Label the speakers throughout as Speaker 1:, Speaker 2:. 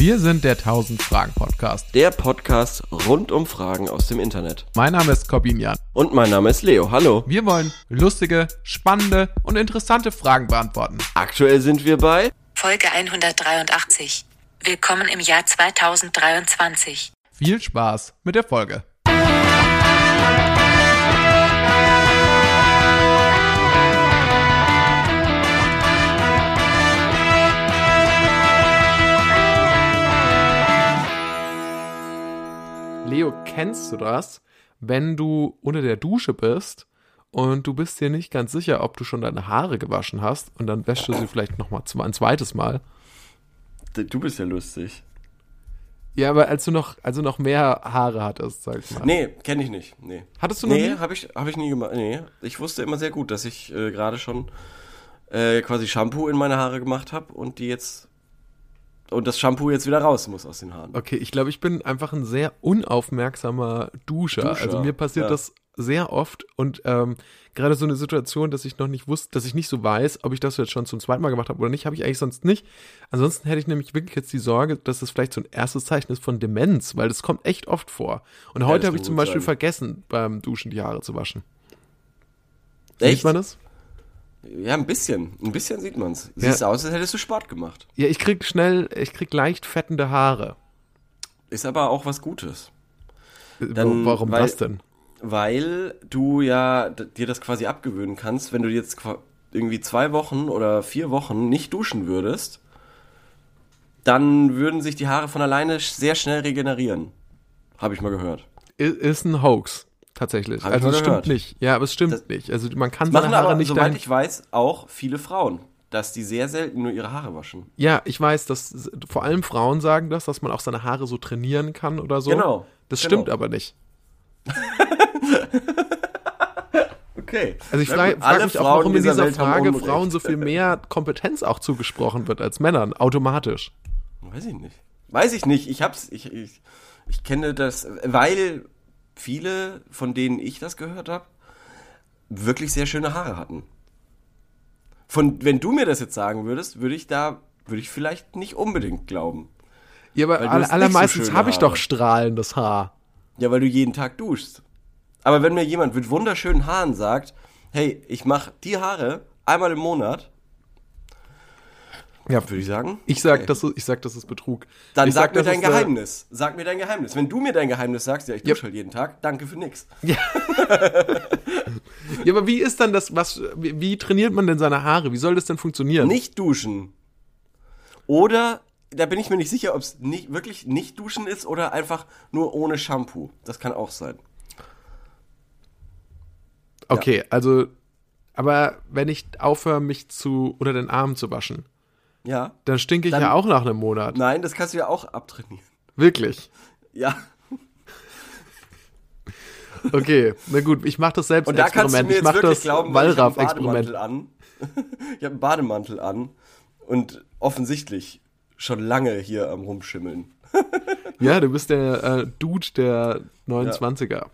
Speaker 1: Wir sind der 1000 Fragen Podcast.
Speaker 2: Der Podcast rund um Fragen aus dem Internet.
Speaker 1: Mein Name ist Corbin Jan.
Speaker 2: Und mein Name ist Leo. Hallo.
Speaker 1: Wir wollen lustige, spannende und interessante Fragen beantworten.
Speaker 2: Aktuell sind wir bei
Speaker 3: Folge 183. Willkommen im Jahr 2023.
Speaker 1: Viel Spaß mit der Folge. Leo, kennst du das, wenn du unter der Dusche bist und du bist dir nicht ganz sicher, ob du schon deine Haare gewaschen hast und dann wäschst du sie vielleicht nochmal ein zweites Mal?
Speaker 2: Du bist ja lustig.
Speaker 1: Ja, aber als du noch, als du noch mehr Haare hattest, sag ich mal.
Speaker 2: Nee, kenne ich nicht. Nee.
Speaker 1: Hattest du noch
Speaker 2: Nee,
Speaker 1: nie?
Speaker 2: habe ich, hab ich nie gemacht. Nee, ich wusste immer sehr gut, dass ich äh, gerade schon äh, quasi Shampoo in meine Haare gemacht habe und die jetzt und das Shampoo jetzt wieder raus muss aus den Haaren.
Speaker 1: Okay, ich glaube, ich bin einfach ein sehr unaufmerksamer Duscher.
Speaker 2: Duscher,
Speaker 1: also mir passiert
Speaker 2: ja.
Speaker 1: das sehr oft und ähm, gerade so eine Situation, dass ich noch nicht wusste, dass ich nicht so weiß, ob ich das jetzt schon zum zweiten Mal gemacht habe oder nicht, habe ich eigentlich sonst nicht. Ansonsten hätte ich nämlich wirklich jetzt die Sorge, dass das vielleicht so ein erstes Zeichen ist von Demenz, weil das kommt echt oft vor. Und heute
Speaker 2: das
Speaker 1: habe
Speaker 2: kann
Speaker 1: ich zum
Speaker 2: gut
Speaker 1: Beispiel
Speaker 2: sein.
Speaker 1: vergessen, beim Duschen die Haare zu waschen.
Speaker 2: Echt?
Speaker 1: Sieht man das?
Speaker 2: Ja, ein bisschen. Ein bisschen sieht man's.
Speaker 1: Ja.
Speaker 2: Siehst aus, als hättest du Sport gemacht.
Speaker 1: Ja, ich krieg schnell, ich krieg leicht fettende Haare.
Speaker 2: Ist aber auch was Gutes.
Speaker 1: Wo- Warum
Speaker 2: weil-
Speaker 1: das denn?
Speaker 2: Weil du ja d- dir das quasi abgewöhnen kannst, wenn du jetzt qua- irgendwie zwei Wochen oder vier Wochen nicht duschen würdest, dann würden sich die Haare von alleine sch- sehr schnell regenerieren. Habe ich mal gehört.
Speaker 1: I- ist ein Hoax, tatsächlich.
Speaker 2: Hab ich
Speaker 1: also
Speaker 2: mal
Speaker 1: es stimmt
Speaker 2: gehört.
Speaker 1: nicht. Ja, aber es stimmt
Speaker 2: Das-
Speaker 1: nicht. Also man kann
Speaker 2: Machen
Speaker 1: seine Haare
Speaker 2: aber,
Speaker 1: nicht
Speaker 2: soweit
Speaker 1: dahin-
Speaker 2: ich weiß, auch viele Frauen, dass die sehr selten nur ihre Haare waschen.
Speaker 1: Ja, ich weiß, dass s- vor allem Frauen sagen das, dass man auch seine Haare so trainieren kann oder so.
Speaker 2: Genau,
Speaker 1: Das
Speaker 2: genau.
Speaker 1: stimmt aber nicht.
Speaker 2: Okay.
Speaker 1: Also ich frage, frage mich auch, warum in dieser Frage Frauen so viel mehr Kompetenz auch zugesprochen wird als Männern, automatisch.
Speaker 2: Weiß ich nicht. Weiß ich nicht. Ich hab's. Ich, ich, ich kenne das, weil viele, von denen ich das gehört habe, wirklich sehr schöne Haare hatten. Von, wenn du mir das jetzt sagen würdest, würde ich da, würde ich vielleicht nicht unbedingt glauben.
Speaker 1: Ja, aber
Speaker 2: Weil
Speaker 1: all,
Speaker 2: du hast nicht so
Speaker 1: allermeistens
Speaker 2: schöne
Speaker 1: habe ich doch
Speaker 2: Haare.
Speaker 1: strahlendes Haar.
Speaker 2: Ja, weil du jeden Tag duschst. Aber wenn mir jemand mit wunderschönen Haaren sagt, hey, ich mache die Haare einmal im Monat,
Speaker 1: Ja,
Speaker 2: würde ich sagen.
Speaker 1: ich sag,
Speaker 2: okay.
Speaker 1: das, ist- ich sag, das ist Betrug.
Speaker 2: Dann
Speaker 1: ich
Speaker 2: sag, mir
Speaker 1: das
Speaker 2: dein
Speaker 1: ist, äh,
Speaker 2: Geheimnis. Sag mir dein Geheimnis. Wenn du mir dein Geheimnis sagst, ja, ich
Speaker 1: Ja.
Speaker 2: dusche halt jeden Tag, danke für nix.
Speaker 1: Ja, aber wie ist dann das, was, wie, wie trainiert man denn seine Haare? Wie soll das denn funktionieren?
Speaker 2: Nicht duschen. Oder, da bin ich mir nicht sicher, ob es nicht, wirklich nicht duschen ist oder einfach nur ohne Shampoo. Das kann auch sein.
Speaker 1: Okay, also, aber wenn ich aufhöre, mich zu unter den Armen zu waschen,
Speaker 2: Ja.
Speaker 1: dann stinke ich
Speaker 2: Dann-
Speaker 1: ja auch nach einem Monat.
Speaker 2: Nein, das kannst du ja auch abtrainieren.
Speaker 1: Wirklich.
Speaker 2: Ja.
Speaker 1: Okay, na gut, ich mache das selbst.
Speaker 2: Und da kannst du mir
Speaker 1: ich
Speaker 2: jetzt
Speaker 1: mache
Speaker 2: wirklich
Speaker 1: das
Speaker 2: glauben, weil ich habe einen Bademantel
Speaker 1: Wallraff-Experiment.
Speaker 2: an. ich habe einen Bademantel an und offensichtlich schon lange hier am Rumschimmeln.
Speaker 1: Ja, du bist der äh, Dude der 29er.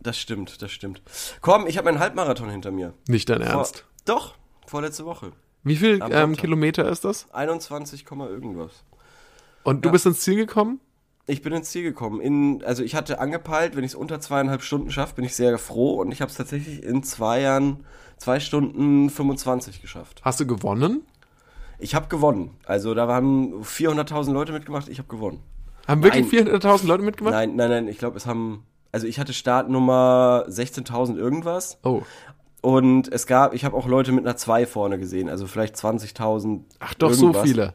Speaker 2: Das stimmt, das stimmt. Komm, ich habe meinen Halbmarathon hinter mir.
Speaker 1: Nicht dein
Speaker 2: Vor-
Speaker 1: Ernst.
Speaker 2: Doch, vorletzte Woche.
Speaker 1: Wie viel
Speaker 2: Am
Speaker 1: ähm,
Speaker 2: Sonntag.
Speaker 1: Kilometer ist das?
Speaker 2: 21, Komma irgendwas.
Speaker 1: Und du bist ins Ziel gekommen?
Speaker 2: Ich bin ins Ziel gekommen. In, also ich hatte angepeilt, wenn ich es unter zweieinhalb Stunden schaffe, bin ich sehr froh und ich habe es tatsächlich in zwei Jahren, zwei Stunden 25 geschafft.
Speaker 1: Hast du gewonnen?
Speaker 2: Ich habe gewonnen. Also da haben 400.000 Leute mitgemacht, ich habe gewonnen.
Speaker 1: Haben wirklich
Speaker 2: Nein.
Speaker 1: 400.000 Leute mitgemacht?
Speaker 2: Nein, nein, nein, ich glaube, es haben, also ich hatte Startnummer 16.000 irgendwas
Speaker 1: Oh.
Speaker 2: und es gab, ich habe auch Leute mit einer 2 vorne gesehen, also vielleicht 20.000.
Speaker 1: Ach doch, so
Speaker 2: irgendwas.
Speaker 1: viele.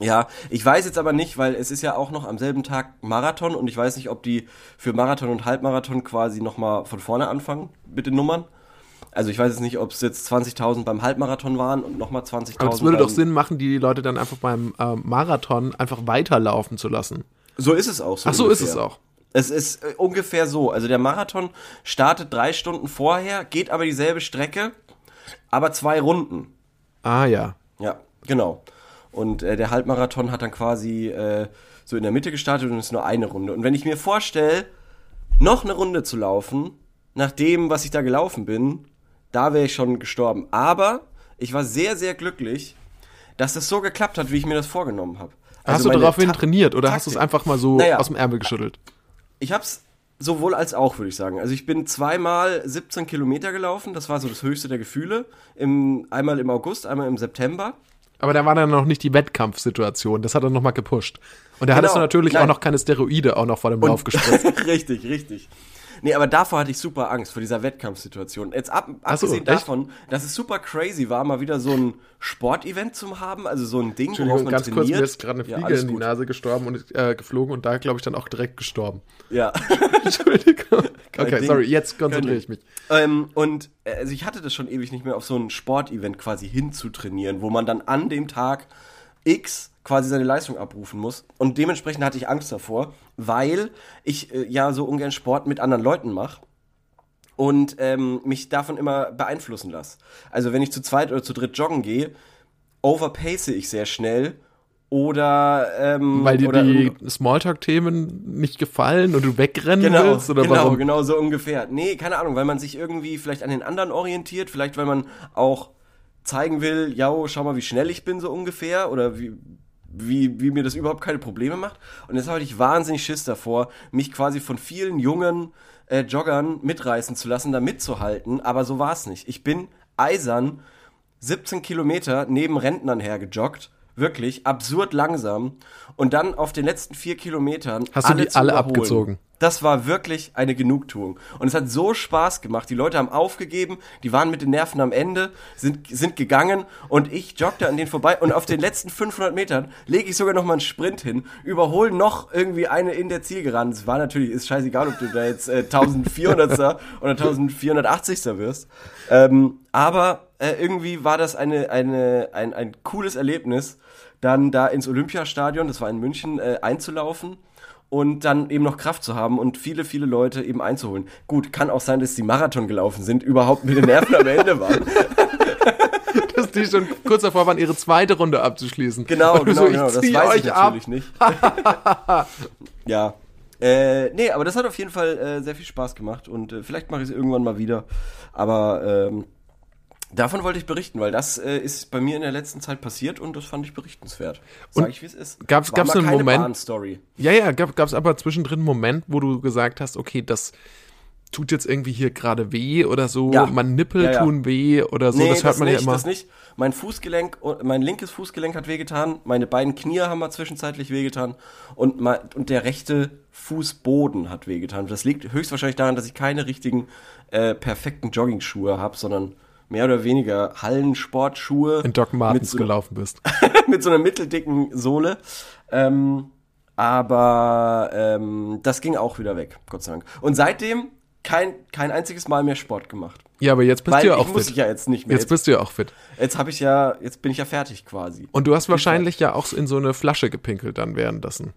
Speaker 2: Ja, ich weiß jetzt aber nicht, weil es ist ja auch noch am selben Tag Marathon und ich weiß nicht, ob die für Marathon und Halbmarathon quasi nochmal von vorne anfangen mit den Nummern. Also ich weiß jetzt nicht, ob es jetzt 20.000 beim Halbmarathon waren und nochmal 20.000.
Speaker 1: Aber es würde
Speaker 2: beim-
Speaker 1: doch Sinn machen, die Leute dann einfach beim ähm, Marathon einfach weiterlaufen zu lassen.
Speaker 2: So ist es auch.
Speaker 1: Ach so ist es auch.
Speaker 2: Es ist äh, ungefähr so. Also der Marathon startet drei Stunden vorher, geht aber dieselbe Strecke, aber zwei Runden.
Speaker 1: Ah ja.
Speaker 2: Ja, genau. Und äh, der Halbmarathon hat dann quasi äh, so in der Mitte gestartet und es ist nur eine Runde. Und wenn ich mir vorstelle, noch eine Runde zu laufen, nach dem, was ich da gelaufen bin, da wäre ich schon gestorben. Aber ich war sehr, sehr glücklich, dass das so geklappt hat, wie ich mir das vorgenommen habe.
Speaker 1: Hast
Speaker 2: Also
Speaker 1: du
Speaker 2: meine
Speaker 1: daraufhin
Speaker 2: Ta-
Speaker 1: trainiert oder hast du
Speaker 2: Taktik-
Speaker 1: es einfach mal so
Speaker 2: Naja.
Speaker 1: aus dem Ärmel geschüttelt?
Speaker 2: Ich hab's sowohl als auch, würde ich sagen. Also ich bin zweimal 17 Kilometer gelaufen. Das war so das höchste der Gefühle. Im, einmal im August, einmal im September.
Speaker 1: Aber da war dann noch nicht die Wettkampfsituation. Das hat er nochmal gepusht. Und da hattest du
Speaker 2: Genau.
Speaker 1: natürlich auch
Speaker 2: Nein.
Speaker 1: noch keine Steroide auch noch vor dem Lauf gespritzt.
Speaker 2: richtig, richtig. Nee, aber davor hatte ich super Angst, vor dieser Wettkampfsituation. Jetzt ab,
Speaker 1: so,
Speaker 2: abgesehen
Speaker 1: echt?
Speaker 2: davon, dass es super crazy war, mal wieder so ein Sportevent zu haben, also so ein Ding, worauf
Speaker 1: Entschuldigung,
Speaker 2: man
Speaker 1: ganz
Speaker 2: trainiert.
Speaker 1: kurz, mir ist gerade eine
Speaker 2: Ja,
Speaker 1: Fliege
Speaker 2: alles
Speaker 1: in die
Speaker 2: gut.
Speaker 1: Nase gestorben und äh, geflogen und da glaube ich dann auch direkt gestorben.
Speaker 2: Ja.
Speaker 1: Entschuldigung. Okay,
Speaker 2: Ding.
Speaker 1: sorry, jetzt
Speaker 2: Kein
Speaker 1: konzentriere
Speaker 2: Ding.
Speaker 1: ich mich.
Speaker 2: Ähm, und äh, also ich hatte das schon ewig nicht mehr, auf so ein Sportevent quasi hinzutrainieren, wo man dann an dem Tag X quasi seine Leistung abrufen muss. Und dementsprechend hatte ich Angst davor, weil ich äh, ja so ungern Sport mit anderen Leuten mache und ähm, mich davon immer beeinflussen lasse. Also wenn ich zu zweit oder zu dritt joggen gehe, overpace ich sehr schnell oder ähm,
Speaker 1: Weil dir
Speaker 2: oder
Speaker 1: die Smalltalk-Themen nicht gefallen und du wegrennen
Speaker 2: Genau,
Speaker 1: willst oder
Speaker 2: genau,
Speaker 1: warum?
Speaker 2: genau so ungefähr. Nee, keine Ahnung, weil man sich irgendwie vielleicht an den anderen orientiert, vielleicht weil man auch zeigen will, ja, oh, schau mal, wie schnell ich bin so ungefähr oder wie wie, wie mir das überhaupt keine Probleme macht. Und deshalb hatte ich wahnsinnig Schiss davor, mich quasi von vielen jungen äh, Joggern mitreißen zu lassen, da mitzuhalten. Aber so war es nicht. Ich bin eisern 17 Kilometer neben Rentnern hergejoggt. Wirklich absurd langsam. Und dann auf den letzten vier Kilometern.
Speaker 1: Hast du die
Speaker 2: zu
Speaker 1: alle
Speaker 2: überholen.
Speaker 1: abgezogen?
Speaker 2: Das war wirklich eine Genugtuung. Und es hat so Spaß gemacht. Die Leute haben aufgegeben, die waren mit den Nerven am Ende, sind, sind gegangen und ich joggte an denen vorbei. Und auf den letzten 500 Metern lege ich sogar noch mal einen Sprint hin, überhole noch irgendwie eine in der Zielgerade. Es war natürlich, ist scheißegal, ob du da jetzt äh, 1400er oder 1480er wirst. Ähm, aber äh, irgendwie war das eine, eine, ein, ein cooles Erlebnis, dann da ins Olympiastadion, das war in München, äh, einzulaufen und dann eben noch Kraft zu haben und viele, viele Leute eben einzuholen. Gut, kann auch sein, dass die Marathon gelaufen sind, überhaupt mit den Nerven am Ende waren.
Speaker 1: Dass die schon kurz davor waren, ihre zweite Runde abzuschließen.
Speaker 2: Genau,
Speaker 1: Und du
Speaker 2: genau,
Speaker 1: so,
Speaker 2: genau. Das
Speaker 1: zieh
Speaker 2: weiß ich
Speaker 1: euch ab.
Speaker 2: natürlich nicht. ja. Äh, nee, aber das hat auf jeden Fall äh, sehr viel Spaß gemacht und äh, vielleicht mache ich es irgendwann mal wieder. Aber ähm, davon wollte ich berichten, weil das äh, ist bei mir in der letzten Zeit passiert und das fand ich berichtenswert. Sag
Speaker 1: Und
Speaker 2: ich, wie es ist.
Speaker 1: gab's-
Speaker 2: War
Speaker 1: gab's
Speaker 2: mal
Speaker 1: so einen
Speaker 2: keine
Speaker 1: Moment-
Speaker 2: Bahnstory.
Speaker 1: Ja, ja, gab es aber zwischendrin einen Moment, wo du gesagt hast, okay, das tut jetzt irgendwie hier gerade weh oder so,
Speaker 2: Ja.
Speaker 1: mein Nippel
Speaker 2: Ja, ja.
Speaker 1: tun weh oder so,
Speaker 2: Nee,
Speaker 1: das hört man
Speaker 2: nicht,
Speaker 1: ja immer.
Speaker 2: Das nicht. Mein Fußgelenk, mein linkes Fußgelenk hat wehgetan, meine beiden Knie haben mal zwischenzeitlich wehgetan und, mein, und der rechte Fußboden hat wehgetan. Das liegt höchstwahrscheinlich daran, dass ich keine richtigen äh, perfekten Joggingschuhe habe, sondern mehr oder weniger Hallensportschuhe.
Speaker 1: in Doc
Speaker 2: mit
Speaker 1: Martens
Speaker 2: so,
Speaker 1: gelaufen bist.
Speaker 2: mit so einer mitteldicken Sohle. Ähm, aber ähm, das ging auch wieder weg, Gott sei Dank. Und seitdem kein, kein einziges Mal mehr Sport gemacht.
Speaker 1: Ja, aber jetzt bist
Speaker 2: Weil
Speaker 1: du ja
Speaker 2: ich
Speaker 1: auch
Speaker 2: muss
Speaker 1: fit.
Speaker 2: ja jetzt nicht mehr.
Speaker 1: jetzt bist du ja auch fit.
Speaker 2: Jetzt habe ich ja, jetzt bin ich ja fertig quasi.
Speaker 1: Und du hast wahrscheinlich ja auch in so eine Flasche gepinkelt dann währenddessen.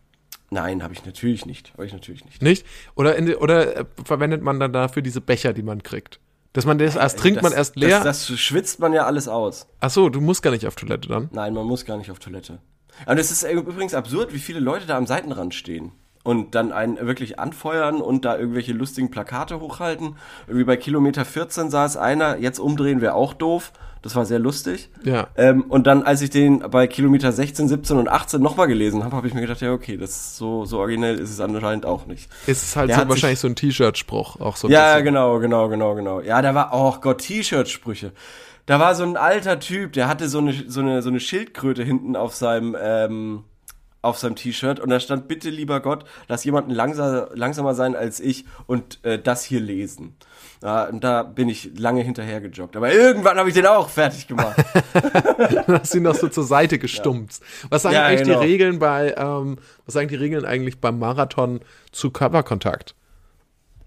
Speaker 2: Nein, habe ich natürlich nicht. Habe ich natürlich nicht.
Speaker 1: Nicht? Oder, in, die- oder äh, verwendet man dann dafür diese Becher, die man kriegt? Dass man das erst trinkt, man
Speaker 2: Äh, Das-
Speaker 1: erst leer.
Speaker 2: Das, das schwitzt man ja alles aus.
Speaker 1: Ach so, du musst gar nicht auf Toilette dann.
Speaker 2: Nein, man muss gar nicht auf Toilette. Aber das ist übrigens absurd, wie viele Leute da am Seitenrand stehen und dann einen wirklich anfeuern und da irgendwelche lustigen Plakate hochhalten. Irgendwie bei Kilometer 14 saß einer, jetzt umdrehen wäre auch doof. Das war sehr lustig.
Speaker 1: Ja.
Speaker 2: Ähm, und dann, als ich den bei Kilometer 16, 17 und 18 nochmal gelesen habe, habe ich mir gedacht, ja, okay, das ist so, so originell ist es anscheinend auch nicht.
Speaker 1: Es ist halt
Speaker 2: Der
Speaker 1: so
Speaker 2: hat sich-
Speaker 1: wahrscheinlich so ein T-Shirt-Spruch auch so. ein
Speaker 2: Ja,
Speaker 1: bisschen.
Speaker 2: genau, genau, genau, genau. Ja, da war, oh Gott, T-Shirt-Sprüche. Da war so ein alter Typ, der hatte so eine, so eine, so eine Schildkröte hinten auf seinem, ähm, auf seinem T-Shirt und da stand, bitte lieber Gott, lass jemanden langsa langsamer sein als ich und äh, das hier lesen. Ja, und da bin ich lange hinterher gejoggt. Aber irgendwann habe ich den auch fertig gemacht.
Speaker 1: Dann hast du ihn noch so zur Seite gestumpst. Was sagen
Speaker 2: Ja,
Speaker 1: eigentlich
Speaker 2: genau.
Speaker 1: die Regeln bei, ähm, was sagen die Regeln eigentlich beim Marathon zu Körperkontakt?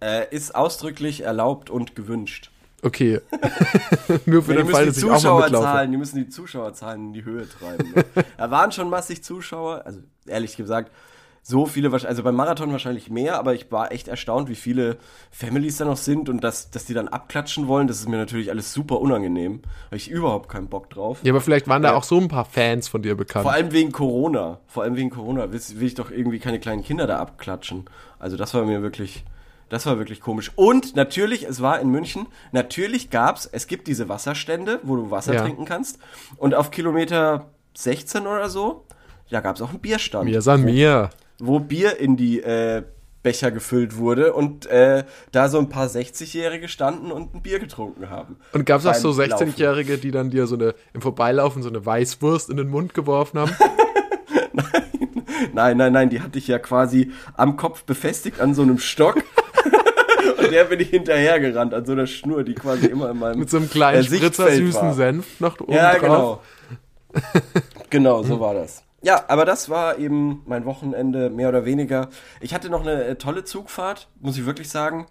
Speaker 2: äh, ist ausdrücklich erlaubt und gewünscht.
Speaker 1: Okay. Nur für
Speaker 2: Ja, die
Speaker 1: den
Speaker 2: müssen
Speaker 1: Fall,
Speaker 2: die
Speaker 1: dass ich auch mal mitlaufe.
Speaker 2: Zuschauerzahlen, die müssen die Zuschauerzahlen in die Höhe treiben. Ne? da waren schon massig Zuschauer, also ehrlich gesagt, so viele, wahrscheinlich- also beim Marathon wahrscheinlich mehr, aber ich war echt erstaunt, wie viele Families da noch sind und dass, dass die dann abklatschen wollen, das ist mir natürlich alles super unangenehm. Habe ich überhaupt keinen Bock drauf.
Speaker 1: Ja, aber vielleicht waren da auch so ein paar Fans von dir bekannt.
Speaker 2: Vor allem wegen Corona. Vor allem wegen Corona. Will, will ich doch irgendwie keine kleinen Kinder da abklatschen. Also das war mir wirklich, das war wirklich komisch. Und natürlich, es war in München, natürlich gab's, es gibt diese Wasserstände, wo du Wasser
Speaker 1: Ja.
Speaker 2: trinken kannst. Und auf Kilometer 16 oder so da gab es auch einen Bierstand.
Speaker 1: Mir san mir.
Speaker 2: wo Bier in die äh, Becher gefüllt wurde und äh, da so ein paar 60-Jährige standen und ein Bier getrunken haben.
Speaker 1: Und gab es auch
Speaker 2: Beim
Speaker 1: so
Speaker 2: Laufen.
Speaker 1: 16-Jährige, die dann dir so eine, im Vorbeilaufen so eine Weißwurst in den Mund geworfen haben?
Speaker 2: Nein, nein, nein, die hatte ich ja quasi am Kopf befestigt an so einem Stock. und der bin ich hinterhergerannt an so einer Schnur, die quasi immer in meinem
Speaker 1: Mit so einem kleinen
Speaker 2: äh,
Speaker 1: Spritzer
Speaker 2: Sichtfeld
Speaker 1: süßen
Speaker 2: war.
Speaker 1: Senf noch oben
Speaker 2: Ja,
Speaker 1: drauf.
Speaker 2: genau. genau, so war das. Ja, aber das war eben mein Wochenende, mehr oder weniger. Ich hatte noch eine äh, tolle Zugfahrt, muss ich wirklich sagen.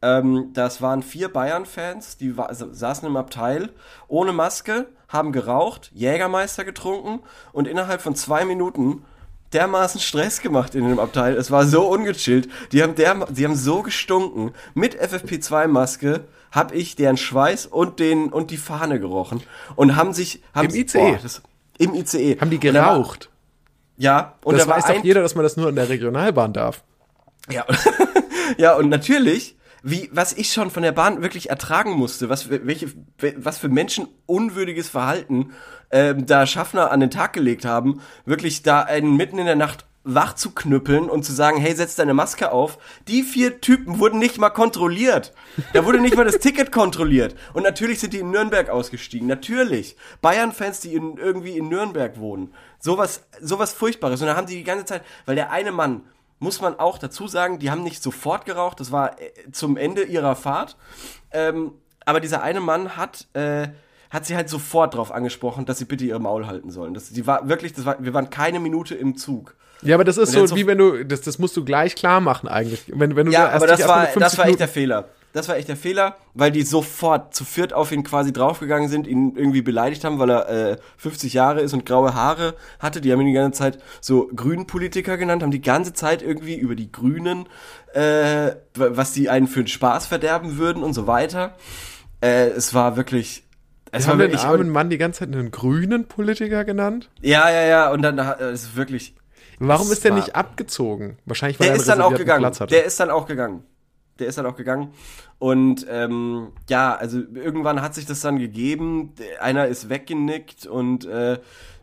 Speaker 2: Ähm, das waren vier Bayern-Fans, die wa sa- saßen im Abteil, ohne Maske, haben geraucht, Jägermeister getrunken und innerhalb von zwei Minuten dermaßen Stress gemacht in dem Abteil. Es war so ungechillt. Die haben, derma- die haben so gestunken. Mit FFP2-Maske habe ich deren Schweiß und, den, und die Fahne gerochen. Und haben sich... Haben
Speaker 1: Im
Speaker 2: sie-
Speaker 1: ICE?
Speaker 2: das, Im ICE.
Speaker 1: Haben die
Speaker 2: Und da war-
Speaker 1: geraucht.
Speaker 2: Ja. Und
Speaker 1: das
Speaker 2: da war
Speaker 1: weiß
Speaker 2: ein,
Speaker 1: doch jeder, dass man das nur in der Regionalbahn darf.
Speaker 2: ja. ja, und natürlich, wie, was ich schon von der Bahn wirklich ertragen musste, was, für- welche, wel- was für menschenunwürdiges Verhalten ähm, da Schaffner an den Tag gelegt haben, wirklich da einen mitten in der Nacht wach zu knüppeln und zu sagen, hey, setz deine Maske auf. Die vier Typen wurden nicht mal kontrolliert. Da wurde nicht mal das Ticket kontrolliert. Und natürlich sind die in Nürnberg ausgestiegen. Natürlich. Bayern-Fans, die in, irgendwie in Nürnberg wohnen. Sowas, sowas Furchtbares. Und da haben die die ganze Zeit, weil der eine Mann, muss man auch dazu sagen, die haben nicht sofort geraucht, das war äh, zum Ende ihrer Fahrt. Ähm, aber dieser eine Mann hat, äh, hat sie halt sofort drauf angesprochen, dass sie bitte ihr Maul halten sollen. Das, die war wirklich, das war, wir waren keine Minute im Zug.
Speaker 1: Ja, aber das ist
Speaker 2: Und jetzt
Speaker 1: so,
Speaker 2: so-
Speaker 1: wie wenn du, das, das musst du gleich klar machen eigentlich. Wenn, wenn du
Speaker 2: Ja,
Speaker 1: da
Speaker 2: aber
Speaker 1: dich
Speaker 2: das
Speaker 1: erst mal
Speaker 2: war,
Speaker 1: mit 50
Speaker 2: das war echt der
Speaker 1: Minuten-
Speaker 2: Fehler. Das war echt der Fehler, weil die sofort zu viert auf ihn quasi draufgegangen sind, ihn irgendwie beleidigt haben, weil er äh, 50 Jahre ist und graue Haare hatte. Die haben ihn die ganze Zeit so Grünen-Politiker genannt, haben die ganze Zeit irgendwie über die Grünen, äh, was die einen für einen Spaß verderben würden und so weiter. Äh, es war wirklich. Es
Speaker 1: Wir haben den
Speaker 2: wirklich-
Speaker 1: armen Mann die ganze Zeit einen grünen Politiker genannt.
Speaker 2: ja, ja, ja. Und dann äh, es ist wirklich.
Speaker 1: Warum
Speaker 2: Das
Speaker 1: ist der
Speaker 2: war-
Speaker 1: nicht abgezogen? Wahrscheinlich, weil
Speaker 2: Der
Speaker 1: er
Speaker 2: ist dann auch
Speaker 1: reservierten
Speaker 2: gegangen.
Speaker 1: Platz hatte.
Speaker 2: Der ist dann auch gegangen. Der ist dann auch gegangen. Und ähm, ja, also irgendwann hat sich das dann gegeben. Einer ist weggenickt und äh,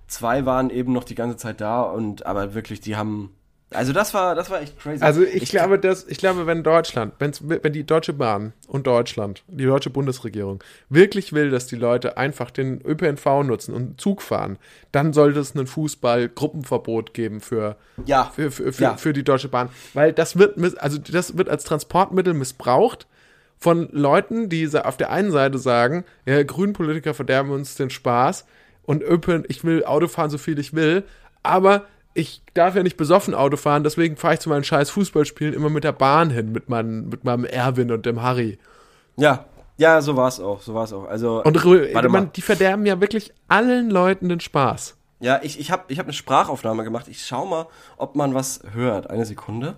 Speaker 2: zwei waren eben noch die ganze Zeit da. Und aber wirklich, die haben. Also das war, das war echt crazy.
Speaker 1: Also ich, glaube, dass, ich glaube, wenn Deutschland, wenn's, wenn die Deutsche Bahn und Deutschland, die deutsche Bundesregierung wirklich will, dass die Leute einfach den ÖPNV nutzen und Zug fahren, dann sollte es ein Fußball-Gruppenverbot geben für,
Speaker 2: Ja.
Speaker 1: für, für, für,
Speaker 2: Ja.
Speaker 1: für die Deutsche Bahn. Weil das wird, miss- also das wird als Transportmittel missbraucht von Leuten, die sa- auf der einen Seite sagen, ja, Grünpolitiker verderben uns den Spaß und ÖPN, ich will Auto fahren, so viel ich will, aber ich darf ja nicht besoffen Auto fahren, deswegen fahre ich zu meinen scheiß Fußballspielen immer mit der Bahn hin, mit, meinen, mit meinem Erwin und dem Harry.
Speaker 2: ja, ja, so war es auch, so war es auch. Also
Speaker 1: Und Ruhe-
Speaker 2: warte mal.
Speaker 1: man, die verderben ja wirklich allen Leuten den Spaß.
Speaker 2: ja, ich, ich habe, ich habe eine Sprachaufnahme gemacht. Ich schau mal, ob man was hört. Eine Sekunde.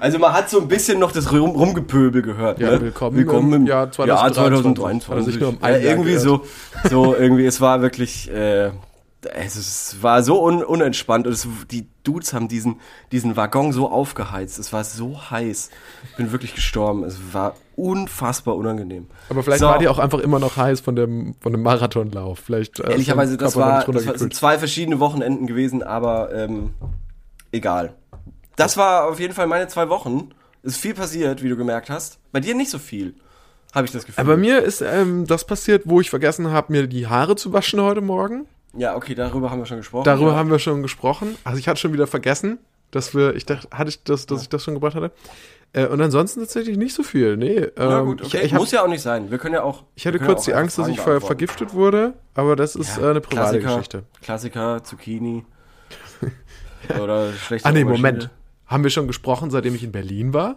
Speaker 2: Also man hat so ein bisschen noch das Rum Rumgepöbel gehört.
Speaker 1: Ja,
Speaker 2: ne?
Speaker 1: willkommen im
Speaker 2: im
Speaker 1: Jahr
Speaker 2: Jahr
Speaker 1: 2023.
Speaker 2: 2023.
Speaker 1: Hat er sich nur um ein
Speaker 2: ja,
Speaker 1: Jahr
Speaker 2: irgendwie so, so irgendwie. Es war wirklich, äh, es ist- war so un unentspannt und es, die Dudes haben diesen diesen Waggon so aufgeheizt. Es war so heiß. Ich bin wirklich gestorben. Es war unfassbar unangenehm.
Speaker 1: Aber vielleicht
Speaker 2: So.
Speaker 1: war die auch einfach immer noch heiß von dem, von dem Marathonlauf. Vielleicht, äh,
Speaker 2: Ehrlicherweise,
Speaker 1: ist
Speaker 2: das
Speaker 1: der Körper noch
Speaker 2: war,
Speaker 1: nicht
Speaker 2: das war-
Speaker 1: runtergekühlt.
Speaker 2: sind zwei verschiedene Wochenenden gewesen, aber ähm, egal. Das war auf jeden Fall meine zwei Wochen. Es ist viel passiert, wie du gemerkt hast. Bei dir nicht so viel, habe ich das Gefühl.
Speaker 1: Aber bei mir ist ähm, das passiert, wo ich vergessen habe, mir die Haare zu waschen heute Morgen.
Speaker 2: ja, okay, darüber haben wir schon gesprochen.
Speaker 1: Darüber
Speaker 2: ja.
Speaker 1: haben wir schon gesprochen. Also ich hatte schon wieder vergessen, dass wir, ich dachte, hatte ich das, dass ich das schon gebracht hatte. Äh, und ansonsten tatsächlich nicht so viel. Nee, ähm,
Speaker 2: Ja, gut, okay.
Speaker 1: ich, ich, hab,
Speaker 2: Muss ja auch nicht sein. Wir können ja auch.
Speaker 1: ich hatte
Speaker 2: wir können
Speaker 1: kurz
Speaker 2: ja
Speaker 1: die
Speaker 2: auch
Speaker 1: Angst, dass
Speaker 2: einfach
Speaker 1: ich
Speaker 2: Fragen
Speaker 1: ver
Speaker 2: beantworten.
Speaker 1: vergiftet wurde, aber das ist äh, eine private
Speaker 2: Klassiker,
Speaker 1: Geschichte.
Speaker 2: Klassiker, Zucchini. Oder schlechte
Speaker 1: Ah nee,
Speaker 2: Oberschenkel.
Speaker 1: Moment. Haben wir schon gesprochen, seitdem ich in Berlin war?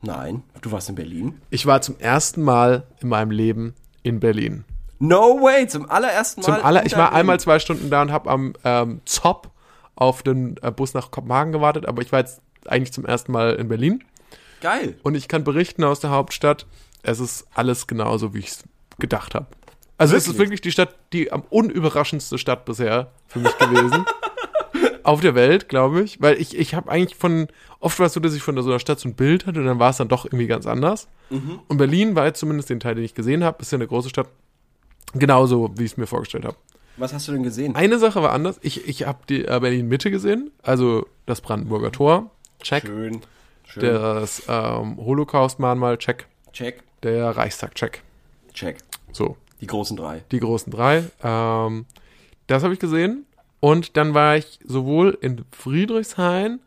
Speaker 2: Nein, du warst in Berlin.
Speaker 1: Ich war zum ersten Mal in meinem Leben in Berlin.
Speaker 2: No way, zum allerersten Mal.
Speaker 1: Zum aller, ich
Speaker 2: in
Speaker 1: war
Speaker 2: deinem
Speaker 1: einmal zwei Stunden da und habe am ähm, Zopp auf den äh, Bus nach Kopenhagen gewartet, aber ich war jetzt eigentlich zum ersten Mal in Berlin
Speaker 2: Leben. Geil.
Speaker 1: und ich kann berichten aus der Hauptstadt, es ist alles genauso, wie ich es gedacht habe. Also es ist
Speaker 2: Wirklich?
Speaker 1: wirklich die Stadt, die am unüberraschendste Stadt bisher für mich gewesen. auf der Welt, glaube ich, weil ich, ich habe eigentlich von, oft war es so, dass ich von so einer Stadt so ein Bild hatte und dann war es dann doch irgendwie ganz anders.
Speaker 2: Mhm.
Speaker 1: Und Berlin war jetzt zumindest den Teil, den ich gesehen habe, ist ja eine große Stadt, genauso, wie ich es mir vorgestellt habe.
Speaker 2: Was hast du denn gesehen?
Speaker 1: Eine Sache war anders, ich, ich habe die äh, Berlin-Mitte gesehen, also das Brandenburger Tor, check,
Speaker 2: Schön. Schön.
Speaker 1: das ähm, Holocaust-Mahnmal, check,
Speaker 2: check.
Speaker 1: der Reichstag, check.
Speaker 2: Check.
Speaker 1: So,
Speaker 2: Die großen drei.
Speaker 1: die großen drei. Ähm, das habe ich gesehen. Und dann war ich sowohl in Friedrichshain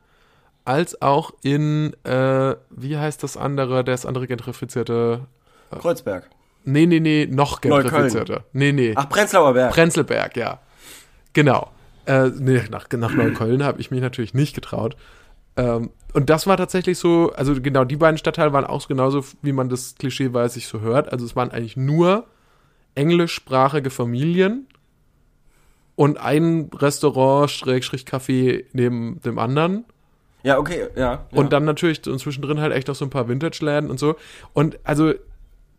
Speaker 1: als auch in, äh, wie heißt das andere, das andere gentrifizierte,
Speaker 2: Kreuzberg.
Speaker 1: nee, nee, nee, noch
Speaker 2: Neukölln.
Speaker 1: gentrifizierte. Nee, nee,
Speaker 2: Ach, Prenzlauer Berg.
Speaker 1: Prenzlberg, ja. Genau. Äh, nee, nach, nach Neukölln habe ich mich natürlich nicht getraut. Ähm, und das war tatsächlich so, also genau, die beiden Stadtteile waren auch genauso, wie man das Klischee weiß, sich so hört. Also es waren eigentlich nur englischsprachige Familien und ein Restaurant, Schrägstrich Café neben dem anderen.
Speaker 2: ja, okay, ja. ja.
Speaker 1: Und dann natürlich so zwischendrin halt echt auch so ein paar Vintage-Läden und so. Und also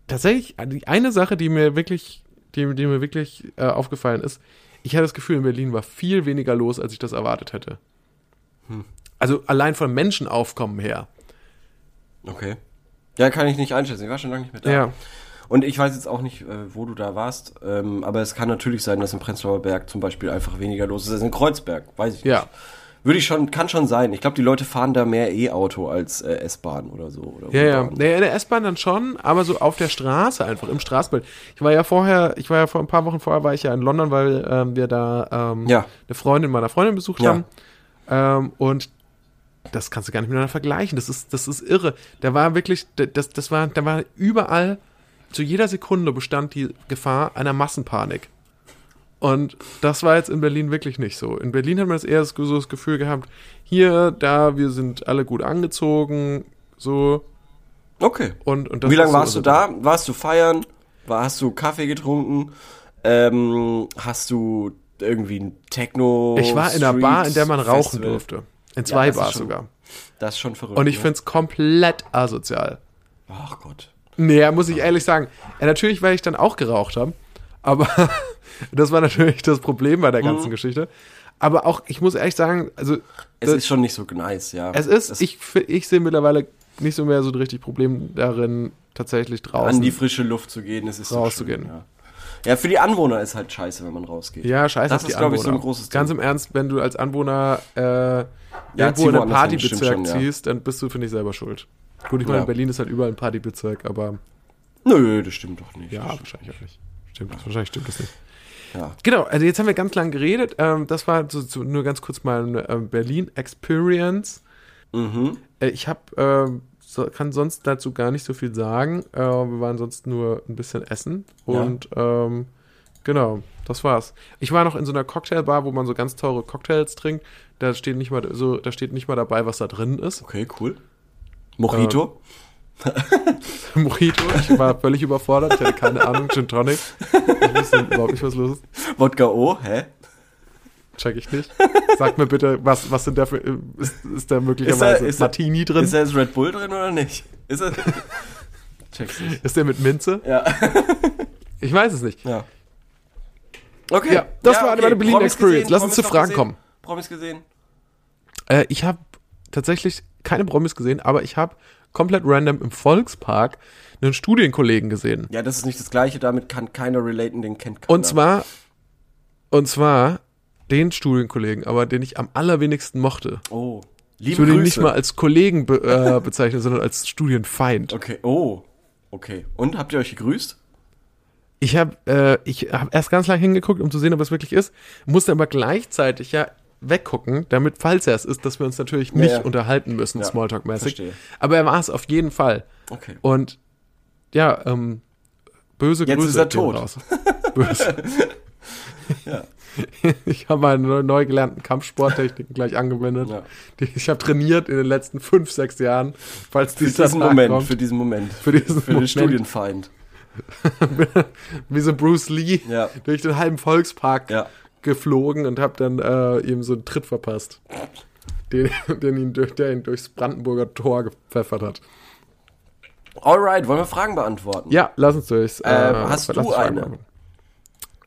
Speaker 1: tatsächlich, die eine Sache, die mir wirklich, die, die mir wirklich äh, aufgefallen ist, ich hatte das Gefühl, in Berlin war viel weniger los, als ich das erwartet hätte. Also allein von Menschenaufkommen her.
Speaker 2: Okay. Ja, kann ich nicht einschätzen. Ich war schon lange nicht mehr da. Und ich weiß jetzt auch nicht, äh, wo du da warst, ähm, aber es kann natürlich sein, dass in Prenzlauer Berg zum Beispiel einfach weniger los ist als in Kreuzberg. Weiß ich
Speaker 1: Ja.
Speaker 2: nicht. Würde ich schon, kann schon sein. Ich glaube, die Leute fahren da mehr E-Auto als äh, S-Bahn oder so. Oder
Speaker 1: Ja, ja.
Speaker 2: U-Bahn.
Speaker 1: Naja, in der S-Bahn dann schon, aber so auf der Straße einfach, im Straßenbild. Ich war ja vorher, ich war ja vor ein paar Wochen vorher, war ich ja in London, weil ähm, wir da ähm,
Speaker 2: Ja.
Speaker 1: eine Freundin meiner Freundin besucht
Speaker 2: Ja.
Speaker 1: haben. Ähm, und das kannst du gar nicht miteinander vergleichen. Das ist, das ist irre. Da war wirklich, da- das, das war, da war überall, zu jeder Sekunde bestand die Gefahr einer Massenpanik. Und das war jetzt in Berlin wirklich nicht so. In Berlin hat man das eher so das Gefühl gehabt, hier, da, wir sind alle gut angezogen, so.
Speaker 2: Okay.
Speaker 1: Und, und das
Speaker 2: Wie
Speaker 1: ist
Speaker 2: lange
Speaker 1: so also
Speaker 2: warst du
Speaker 1: irre.
Speaker 2: da? Warst du feiern? War, hast du Kaffee getrunken? Ähm, hast du irgendwie ein Techno?
Speaker 1: Ich war in einer
Speaker 2: Oh, Street
Speaker 1: Bar, in der man rauchen
Speaker 2: Festival?
Speaker 1: durfte. In zwei
Speaker 2: das ist
Speaker 1: Bars
Speaker 2: schon-
Speaker 1: sogar.
Speaker 2: Das ist schon verrückt.
Speaker 1: Und ich
Speaker 2: ne?
Speaker 1: find's komplett asozial.
Speaker 2: Ach Gott.
Speaker 1: Nee, muss ich ehrlich sagen. Ja, natürlich, weil ich dann auch geraucht habe. Aber das war natürlich das Problem bei der ganzen Geschichte. Aber auch, ich muss ehrlich sagen, also
Speaker 2: Mhm. Es
Speaker 1: das-
Speaker 2: ist schon nicht so nice, ja.
Speaker 1: es ist,
Speaker 2: Das-
Speaker 1: ich, fi- ich sehe mittlerweile nicht so mehr so ein richtig Problem darin, tatsächlich draußen.
Speaker 2: an die frische Luft zu gehen, es ist so
Speaker 1: Rauszugehen.
Speaker 2: schön, ja. ja, für die Anwohner ist halt scheiße, wenn man rausgeht.
Speaker 1: ja, scheiße,
Speaker 2: Das
Speaker 1: auf
Speaker 2: ist,
Speaker 1: die
Speaker 2: glaube ich, so ein
Speaker 1: Anwohner.
Speaker 2: großes
Speaker 1: Ganz
Speaker 2: Ding.
Speaker 1: im Ernst, wenn du als Anwohner äh,
Speaker 2: zieh
Speaker 1: irgendwo in einen
Speaker 2: woanders hin, stimmt
Speaker 1: Partybezirk
Speaker 2: schon, ja.
Speaker 1: ziehst, dann bist du, finde ich, selber schuld. Gut, ich meine,
Speaker 2: Ja.
Speaker 1: in Berlin ist halt überall ein Partybezirk, aber
Speaker 2: Nö, das stimmt doch nicht.
Speaker 1: ja,
Speaker 2: Das
Speaker 1: wahrscheinlich auch nicht. Stimmt, wahrscheinlich stimmt das nicht.
Speaker 2: stimmt- ja.
Speaker 1: Genau, also jetzt haben wir ganz lang geredet. Ähm, das war so, so nur ganz kurz mal eine ähm, Berlin-Experience.
Speaker 2: Mhm.
Speaker 1: Äh, ich habe, ähm, so, kann sonst dazu gar nicht so viel sagen. Äh, wir waren sonst nur ein bisschen essen
Speaker 2: Ja.
Speaker 1: und ähm, genau, das war's. Ich war noch in so einer Cocktailbar, wo man so ganz teure Cocktails trinkt. Da steht nicht mal so, da steht nicht mal dabei, was da drin ist.
Speaker 2: Okay, cool. Mojito?
Speaker 1: Mojito, ich war völlig überfordert, ich hatte keine Ahnung, Gin Tonic. Ich wusste überhaupt nicht, was los ist.
Speaker 2: Wodka O? Hä?
Speaker 1: Check ich nicht. Sag mir bitte, was, was sind da für, äh, ist, ist da möglicherweise
Speaker 2: ist da-
Speaker 1: Martini drin?
Speaker 2: Ist da jetzt Red Bull drin oder nicht? Ist das. Check's nicht.
Speaker 1: ist der mit Minze?
Speaker 2: Ja.
Speaker 1: Ich weiß es nicht.
Speaker 2: ja. Okay.
Speaker 1: Ja, das war
Speaker 2: okay.
Speaker 1: meine Berlin
Speaker 2: Promis
Speaker 1: Experience. Lass uns
Speaker 2: Promis
Speaker 1: zu
Speaker 2: noch
Speaker 1: Fragen
Speaker 2: gesehen?
Speaker 1: kommen.
Speaker 2: Promis gesehen?
Speaker 1: Äh, ich habe tatsächlich keine Promis gesehen, aber ich habe komplett random im Volkspark einen Studienkollegen gesehen.
Speaker 2: Ja, das ist nicht das Gleiche. Damit kann keiner relaten, den kennt keiner.
Speaker 1: Und zwar, und zwar den Studienkollegen, aber den ich am allerwenigsten mochte.
Speaker 2: Oh.
Speaker 1: Ich
Speaker 2: Liebe
Speaker 1: würde ihn
Speaker 2: Grüße.
Speaker 1: nicht mal als Kollegen be äh, bezeichnen, sondern als Studienfeind.
Speaker 2: Okay, oh. Okay. Und habt ihr euch gegrüßt?
Speaker 1: Ich habe äh, ich hab erst ganz lange hingeguckt, um zu sehen, ob es wirklich ist, musste aber gleichzeitig ja weggucken, damit, falls er es ist, dass wir uns natürlich nicht
Speaker 2: ja.
Speaker 1: unterhalten müssen,
Speaker 2: Ja,
Speaker 1: Smalltalk-mäßig.
Speaker 2: verstehe.
Speaker 1: Aber er war es auf jeden Fall.
Speaker 2: Okay.
Speaker 1: Und ja, ähm, böse
Speaker 2: Jetzt
Speaker 1: Grüße.
Speaker 2: ist er
Speaker 1: gehen
Speaker 2: tot.
Speaker 1: raus. Böse. Ich habe meine neu- neu gelernten Kampfsporttechniken gleich angewendet.
Speaker 2: Ja.
Speaker 1: Die, ich habe trainiert in den letzten fünf, sechs Jahren, falls
Speaker 2: Für
Speaker 1: dieser
Speaker 2: diesen
Speaker 1: Tag
Speaker 2: Moment,
Speaker 1: kommt.
Speaker 2: für diesen Moment. Für,
Speaker 1: diesen
Speaker 2: den
Speaker 1: Moment.
Speaker 2: Studienfeind.
Speaker 1: wie so Bruce Lee
Speaker 2: Ja.
Speaker 1: durch den halben Volkspark
Speaker 2: Ja.
Speaker 1: geflogen und habe dann äh, ihm so einen Tritt verpasst, den, den ihn durch, der ihn durchs Brandenburger Tor gepfeffert hat.
Speaker 2: Alright, wollen wir Fragen beantworten?
Speaker 1: Ja, lass uns durchs.
Speaker 2: Ähm, hast
Speaker 1: lass
Speaker 2: du
Speaker 1: uns Fragen
Speaker 2: eine?
Speaker 1: machen.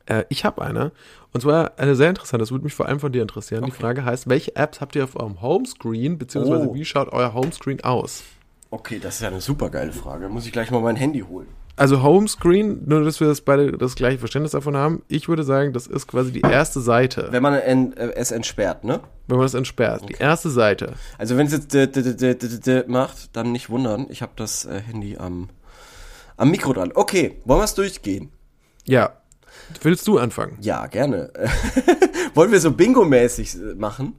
Speaker 1: Äh, ich habe eine. Und zwar eine sehr interessante, das würde mich vor allem von dir interessieren. Die
Speaker 2: Okay.
Speaker 1: Frage heißt, welche Apps habt ihr auf eurem Homescreen, beziehungsweise
Speaker 2: Oh.
Speaker 1: wie schaut euer Homescreen aus?
Speaker 2: Okay, das ist ja eine super geile Frage. Muss ich gleich mal mein Handy holen.
Speaker 1: Also Homescreen, nur dass wir das beide das gleiche Verständnis davon haben, ich würde sagen, das ist quasi die erste Seite,
Speaker 2: Wenn man en- äh, es entsperrt, ne?
Speaker 1: wenn man das entsperrt. Die erste Seite.
Speaker 2: Also wenn es jetzt d- d- d- d- d- d- macht, dann nicht wundern. Ich habe das äh, Handy am, am Mikro dran. Okay, wollen wir es durchgehen?
Speaker 1: Ja. Willst du anfangen?
Speaker 2: Ja, gerne. wollen wir so Bingo-mäßig äh, machen?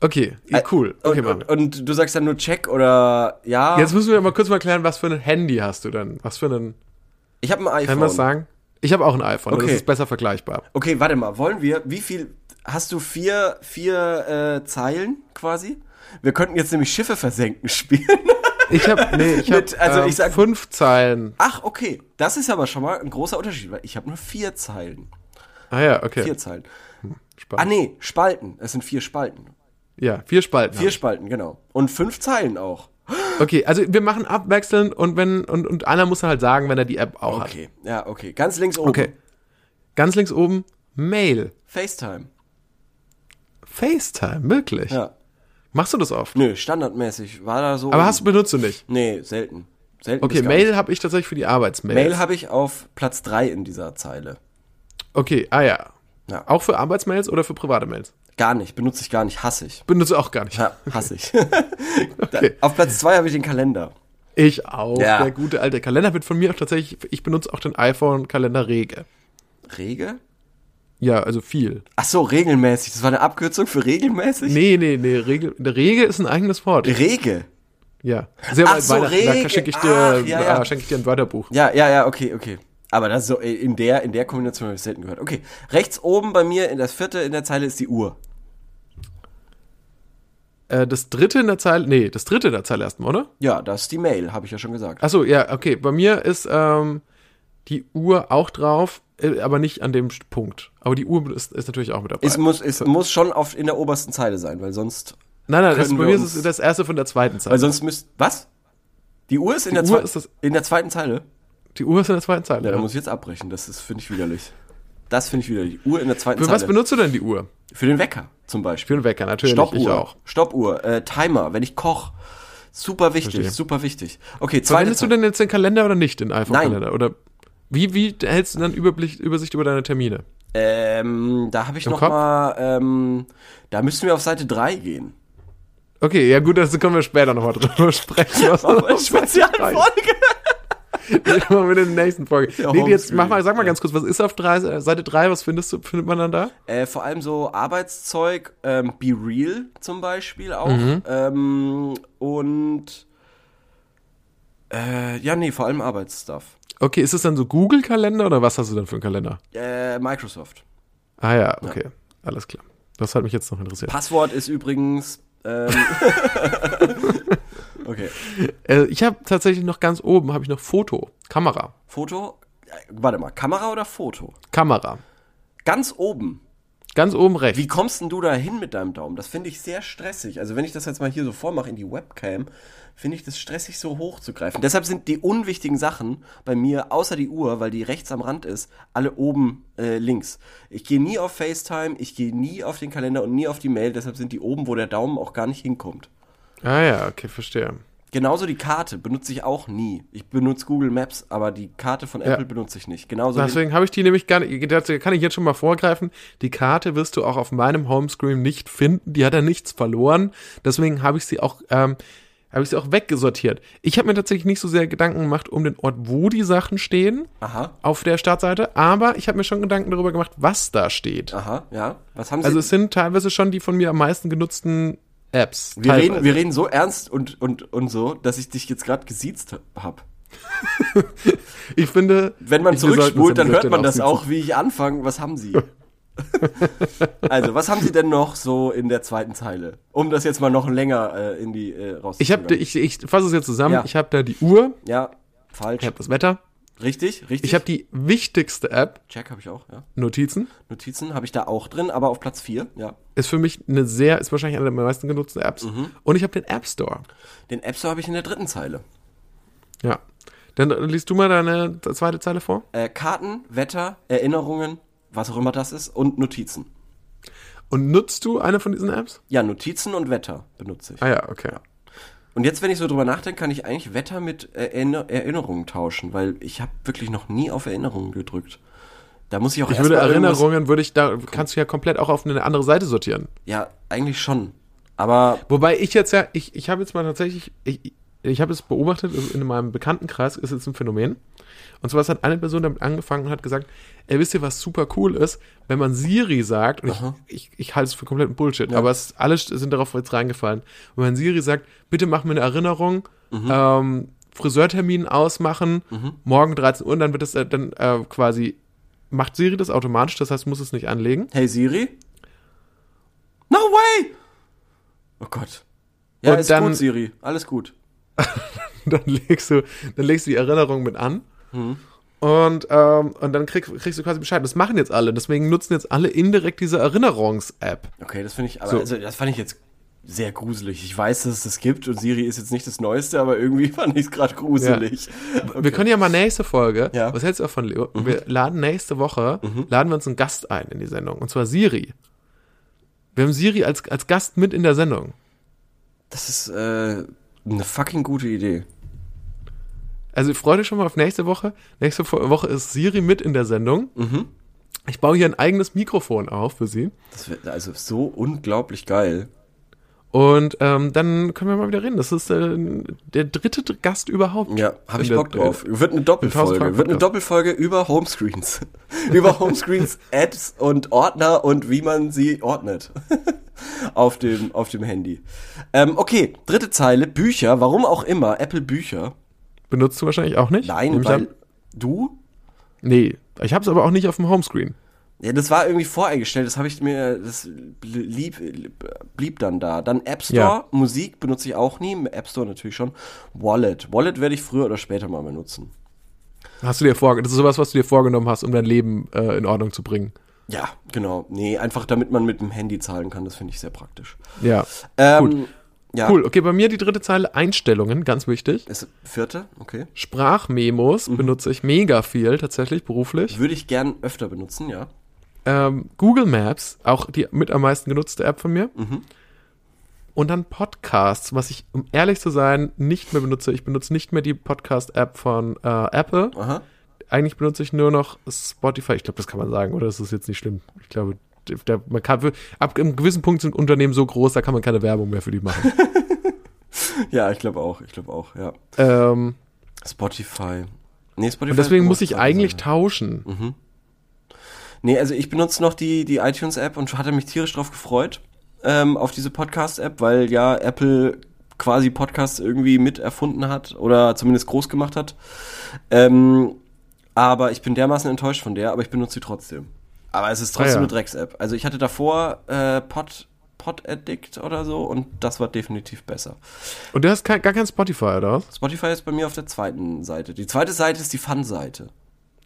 Speaker 1: Okay, ja,
Speaker 2: Äh,
Speaker 1: cool. Okay,
Speaker 2: und,
Speaker 1: machen
Speaker 2: und,
Speaker 1: wir.
Speaker 2: und du sagst dann nur Check oder ja.
Speaker 1: Jetzt müssen wir mal kurz mal klären, was für ein Handy hast du denn? Was für ein,
Speaker 2: ich habe ein iPhone.
Speaker 1: kann man das sagen? Ich habe auch ein iPhone,
Speaker 2: Okay.
Speaker 1: das ist besser vergleichbar.
Speaker 2: Okay, warte mal, wollen wir, wie viel, hast du vier, vier äh, Zeilen quasi? Wir könnten jetzt nämlich Schiffe versenken spielen.
Speaker 1: Ich habe nee, ich
Speaker 2: Mit-
Speaker 1: hab,
Speaker 2: also
Speaker 1: ähm,
Speaker 2: ich sag-
Speaker 1: fünf Zeilen.
Speaker 2: Ach, okay, das ist aber schon mal ein großer Unterschied, weil ich habe nur vier Zeilen.
Speaker 1: Ah ja, Hm, okay.
Speaker 2: Vier Zeilen.
Speaker 1: Spalten.
Speaker 2: Ah nee, Spalten, es sind vier Spalten.
Speaker 1: Ja, vier Spalten.
Speaker 2: Vier Spalten, genau. Und fünf Zeilen auch.
Speaker 1: Okay, also wir machen abwechselnd und wenn und, und einer muss dann halt sagen, wenn er die App auch hat.
Speaker 2: Okay, ja, okay. Ganz links oben.
Speaker 1: Okay. Ganz links oben Mail,
Speaker 2: FaceTime.
Speaker 1: FaceTime, wirklich.
Speaker 2: Ja.
Speaker 1: Machst du das oft?
Speaker 2: Nö, standardmäßig war da so.
Speaker 1: Aber hast benutzt du nicht?
Speaker 2: Nee, selten. Selten.
Speaker 1: Okay,
Speaker 2: bis gar
Speaker 1: Mail habe ich tatsächlich für die Arbeitsmail.
Speaker 2: nicht. Mail habe ich auf Platz drei in dieser Zeile.
Speaker 1: okay, ah ja.
Speaker 2: Ja.
Speaker 1: Auch für Arbeitsmails oder für private Mails?
Speaker 2: Gar nicht, benutze ich gar nicht, hasse ich.
Speaker 1: Benutze auch gar nicht.
Speaker 2: Ja, hasse ich. da, auf Platz zwei habe ich den Kalender.
Speaker 1: Ich auch.
Speaker 2: Ja.
Speaker 1: Der gute alte Kalender wird von mir auch tatsächlich. Ich benutze auch den iPhone-Kalender rege.
Speaker 2: Regel?
Speaker 1: Ja, also viel.
Speaker 2: Ach so, regelmäßig. Das war eine Abkürzung für regelmäßig?
Speaker 1: Nee, nee, nee. Regel, der Rege ist ein eigenes Wort.
Speaker 2: Rege.
Speaker 1: Ja. Sehr
Speaker 2: Ach
Speaker 1: bald
Speaker 2: so,
Speaker 1: Weihnachten. Da
Speaker 2: Rege.
Speaker 1: schenke ich dir,
Speaker 2: Ach, ja, ja.
Speaker 1: ah, schenke ich dir ein Wörterbuch.
Speaker 2: Ja, ja, ja, okay, okay. Aber das so äh, in der in der Kombination habe ich selten gehört. Okay, rechts oben bei mir in das vierte in der Zeile ist die Uhr.
Speaker 1: Äh, das dritte in der Zeile, nee, das dritte in der Zeile erstmal, oder?
Speaker 2: Ja, das ist die Mail, habe ich ja schon gesagt.
Speaker 1: Achso, ja, okay. Bei mir ist ähm, die Uhr auch drauf, äh, aber nicht an dem Punkt. Aber die Uhr ist, ist natürlich auch mit dabei.
Speaker 2: Es muss es muss schon auf in der obersten Zeile sein, weil sonst
Speaker 1: nein, nein, das,
Speaker 2: können
Speaker 1: bei
Speaker 2: wir
Speaker 1: mir ist
Speaker 2: uns- Also-
Speaker 1: es das erste von der zweiten
Speaker 2: weil
Speaker 1: Zeile.
Speaker 2: sonst müsst was? Die Uhr ist in der
Speaker 1: Uhr
Speaker 2: zwei-
Speaker 1: ist das-
Speaker 2: in der zweiten Zeile.
Speaker 1: die Uhr ist in der zweiten Zeile.
Speaker 2: Ja, da
Speaker 1: ja.
Speaker 2: muss ich jetzt abbrechen. Das ist finde ich widerlich. Das finde ich widerlich. Uhr in der zweiten
Speaker 1: Für was
Speaker 2: Zeile.
Speaker 1: benutzt du denn die Uhr?
Speaker 2: Für den Wecker zum Beispiel.
Speaker 1: Für den Wecker, natürlich. Ich
Speaker 2: Stoppuhr.
Speaker 1: auch.
Speaker 2: Stoppuhr. Äh, Timer, wenn ich koch. Super wichtig,
Speaker 1: Verstehe.
Speaker 2: super wichtig. Okay, zweite
Speaker 1: Verwendest du
Speaker 2: Zeile.
Speaker 1: denn jetzt den Kalender oder nicht, den iPhone-Kalender?
Speaker 2: Nein.
Speaker 1: Oder wie, wie hältst du dann Überblick, Übersicht über deine Termine?
Speaker 2: Ähm, da habe ich
Speaker 1: Im
Speaker 2: noch
Speaker 1: Kopf?
Speaker 2: mal, ähm, da müssen wir auf Seite 3 gehen.
Speaker 1: Okay, ja gut, dazu können wir später nochmal drüber sprechen. Was wir noch sagen. Machen wir in der nächsten Folge.
Speaker 2: Ja,
Speaker 1: nee, jetzt
Speaker 2: Homescreen.
Speaker 1: mach mal, sag mal ganz kurz, was ist auf drei, äh, Seite 3, was findest du, findet man dann da?
Speaker 2: Äh, vor allem so Arbeitszeug, ähm, Be Real zum Beispiel auch.
Speaker 1: Mhm.
Speaker 2: Ähm, und äh, ja, nee, vor allem Arbeitsstuff.
Speaker 1: Okay, ist es dann so Google-Kalender oder was hast du dann für einen Kalender?
Speaker 2: Äh, Microsoft.
Speaker 1: Ah ja, okay, alles klar. Das hat mich jetzt noch interessiert.
Speaker 2: Passwort ist übrigens. Ähm, okay.
Speaker 1: Äh, ich habe tatsächlich noch ganz oben, habe ich noch Foto, Kamera,
Speaker 2: Foto. Äh, warte mal, Kamera oder Foto?
Speaker 1: Kamera.
Speaker 2: Ganz oben.
Speaker 1: Ganz oben rechts.
Speaker 2: Wie kommst denn du da hin mit deinem Daumen? Das finde ich sehr stressig. Also wenn ich das jetzt mal hier so vormache in die Webcam, finde ich das stressig, so hoch zu greifen. Deshalb sind die unwichtigen Sachen bei mir, außer die Uhr, weil die rechts am Rand ist, alle oben äh, links. Ich gehe nie auf FaceTime, ich gehe nie auf den Kalender und nie auf die Mail. Deshalb sind die oben, wo der Daumen auch gar nicht hinkommt.
Speaker 1: Ah ja, okay, verstehe.
Speaker 2: Genauso die Karte benutze ich auch nie. Ich benutze Google Maps, aber die Karte von Apple benutze ich nicht. Genauso den-
Speaker 1: Deswegen habe ich die nämlich gar nicht, dazu kann ich jetzt schon mal vorgreifen, die Karte wirst du auch auf meinem Homescreen nicht finden, die hat ja nichts verloren, deswegen habe ich sie auch, ähm, habe ich sie auch weggesortiert. Ich habe mir tatsächlich nicht so sehr Gedanken gemacht um den Ort, wo die Sachen stehen,
Speaker 2: Aha.
Speaker 1: auf der Startseite, aber ich habe mir schon Gedanken darüber gemacht, was da steht.
Speaker 2: Aha, ja. Was haben Sie?
Speaker 1: Also es sind teilweise schon die von mir am meisten genutzten Apps.
Speaker 2: Wir
Speaker 1: teilweise.
Speaker 2: reden, wir reden so ernst und, und, und so, dass ich dich jetzt gerade gesiezt habe.
Speaker 1: ich finde,
Speaker 2: Wenn man
Speaker 1: ich- wir sollten uns an
Speaker 2: zurückspult, dann
Speaker 1: dieser
Speaker 2: hört man
Speaker 1: Stelle
Speaker 2: das
Speaker 1: aufsitzen.
Speaker 2: auch, wie ich anfange. Was haben Sie? also, was haben Sie denn noch so in der zweiten Zeile? Um das jetzt mal noch länger äh, in die äh,
Speaker 1: Ich habe,
Speaker 2: rauszuzögern.
Speaker 1: ich, ich fasse es jetzt zusammen.
Speaker 2: Ja.
Speaker 1: Ich habe da die Uhr,
Speaker 2: Ja, falsch.
Speaker 1: ich habe das Wetter,
Speaker 2: richtig, richtig.
Speaker 1: ich habe die wichtigste App
Speaker 2: Check habe ich auch, ja.
Speaker 1: Notizen.
Speaker 2: Notizen habe ich da auch drin, aber auf Platz 4, ja.
Speaker 1: Ist für mich eine sehr, ist wahrscheinlich eine der meisten genutzten Apps.
Speaker 2: Mhm.
Speaker 1: Und ich habe den App Store.
Speaker 2: Den App Store habe ich in der dritten Zeile.
Speaker 1: Ja. Dann liest du mal deine zweite Zeile vor.
Speaker 2: Äh, Karten, Wetter, Erinnerungen, was auch immer das ist, und Notizen.
Speaker 1: Und nutzt du eine von diesen Apps?
Speaker 2: Ja, Notizen und Wetter benutze ich.
Speaker 1: Ah ja, okay.
Speaker 2: Und jetzt, wenn ich so drüber nachdenke, kann ich eigentlich Wetter mit Erinner Erinnerungen tauschen, weil ich habe wirklich noch nie auf Erinnerungen gedrückt. Da muss ich auch
Speaker 1: Ich würde
Speaker 2: erstmal irgendwas-
Speaker 1: Erinnerungen, würde ich da, kannst du ja komplett auch auf eine andere Seite sortieren.
Speaker 2: Ja, eigentlich schon. Aber
Speaker 1: Wobei ich jetzt ja, ich, ich habe jetzt mal tatsächlich, ich, ich habe es beobachtet, also in meinem Bekanntenkreis ist jetzt ein Phänomen. Und zwar hat eine Person damit angefangen und hat gesagt, ey, wisst ihr, was super cool ist, wenn man Siri sagt, und ich,
Speaker 2: Aha.
Speaker 1: ich, ich halte es für kompletten Bullshit,
Speaker 2: Ja.
Speaker 1: aber es, alle sind darauf jetzt reingefallen. Wenn man Siri sagt, bitte mach mir eine Erinnerung,
Speaker 2: Mhm.
Speaker 1: ähm, Friseurtermin ausmachen, morgen 13 Uhr, und dann wird es äh, dann äh, quasi, macht Siri das automatisch, das heißt, muss es nicht anlegen.
Speaker 2: hey Siri? No way! Oh Gott. Ja,
Speaker 1: Und
Speaker 2: ist
Speaker 1: dann-
Speaker 2: gut, Siri. Alles gut.
Speaker 1: dann legst du, dann legst du die Erinnerung mit an. Und, ähm, und dann krieg, kriegst du quasi Bescheid. Das machen jetzt alle. Deswegen nutzen jetzt alle indirekt diese Erinnerungs-App.
Speaker 2: Okay, das finde ich, aber
Speaker 1: So.
Speaker 2: also, das fand ich jetzt sehr gruselig. Ich weiß, dass es das gibt und Siri ist jetzt nicht das Neueste, aber irgendwie fand ich es gerade gruselig.
Speaker 1: Wir können ja mal nächste Folge,
Speaker 2: Ja.
Speaker 1: was hältst du davon, Leo? Wir laden nächste Woche, laden wir uns einen Gast ein in die Sendung. Und zwar Siri. Wir haben Siri als, als Gast mit in der Sendung.
Speaker 2: Das ist äh, eine fucking gute Idee.
Speaker 1: Also ich freue dich schon mal auf nächste Woche. Nächste Fo- Woche ist Siri mit in der Sendung. Ich baue hier ein eigenes Mikrofon auf für sie.
Speaker 2: Das wär, also so unglaublich geil.
Speaker 1: Und ähm, dann können wir mal wieder reden. Das ist äh, der dritte Dr- Gast überhaupt.
Speaker 2: Ja, habe ich
Speaker 1: In der-
Speaker 2: Bock drauf. Wird eine Doppelfolge.
Speaker 1: Tausendfach
Speaker 2: Wird eine
Speaker 1: Podcast.
Speaker 2: Doppelfolge über Homescreens. über Homescreens, Apps und Ordner und wie man sie ordnet. auf, dem, auf dem Handy. Ähm, okay, dritte Zeile, Bücher, warum auch immer, Apple Bücher.
Speaker 1: Benutzt du wahrscheinlich auch nicht? Nehme
Speaker 2: Nein,
Speaker 1: ich an.
Speaker 2: weil du?
Speaker 1: Nee, ich habe es aber auch nicht auf dem Homescreen.
Speaker 2: Ja, das war irgendwie voreingestellt, das habe ich mir, das blieb, blieb dann da. Dann App Store,
Speaker 1: Ja.
Speaker 2: Musik benutze ich auch nie, App Store natürlich schon. Wallet, Wallet werde ich früher oder später mal benutzen.
Speaker 1: Hast du dir vorge das ist sowas, was du dir vorgenommen hast, um dein Leben äh, in Ordnung zu bringen.
Speaker 2: Ja, genau. Nee, einfach damit man mit dem Handy zahlen kann, das finde ich sehr praktisch.
Speaker 1: Ja.
Speaker 2: Ähm,
Speaker 1: Gut.
Speaker 2: Ja,
Speaker 1: Cool. Okay, bei mir die dritte Zeile Einstellungen, ganz wichtig.
Speaker 2: Ist vierte, okay.
Speaker 1: Sprachmemos
Speaker 2: Mhm.
Speaker 1: benutze ich mega viel tatsächlich beruflich.
Speaker 2: Würde ich gern öfter benutzen, ja.
Speaker 1: Ähm, Google Maps, auch die mit am meisten genutzte App von mir. Und dann Podcasts, was ich, um ehrlich zu sein, nicht mehr benutze. Ich benutze nicht mehr die Podcast-App von äh, Apple.
Speaker 2: Aha.
Speaker 1: Eigentlich benutze ich nur noch Spotify. Ich glaube, das kann man sagen, oder? Das ist jetzt nicht schlimm. Ich glaube, der, man kann, ab einem gewissen Punkt sind Unternehmen so groß, da kann man keine Werbung mehr für die machen.
Speaker 2: Ja, ich glaube auch, ich glaube auch, ja.
Speaker 1: ähm,
Speaker 2: Spotify. Nee, Spotify.
Speaker 1: und deswegen
Speaker 2: ist-
Speaker 1: muss ich eigentlich tauschen.
Speaker 2: Nee, also ich benutze noch die, die iTunes-App und hatte mich tierisch drauf gefreut, ähm, auf diese Podcast-App, weil ja Apple quasi Podcasts irgendwie mit erfunden hat oder zumindest groß gemacht hat. Ähm, aber ich bin dermaßen enttäuscht von der, aber ich benutze sie trotzdem. Aber es ist trotzdem
Speaker 1: Ah, ja.
Speaker 2: eine Drecks-App. Also ich hatte davor äh, Pod, Pod Addict oder so und das war definitiv besser.
Speaker 1: Und du hast kein, gar kein Spotify, oder? was?
Speaker 2: Spotify ist bei mir auf der zweiten Seite. Die zweite Seite ist die Fun-Seite.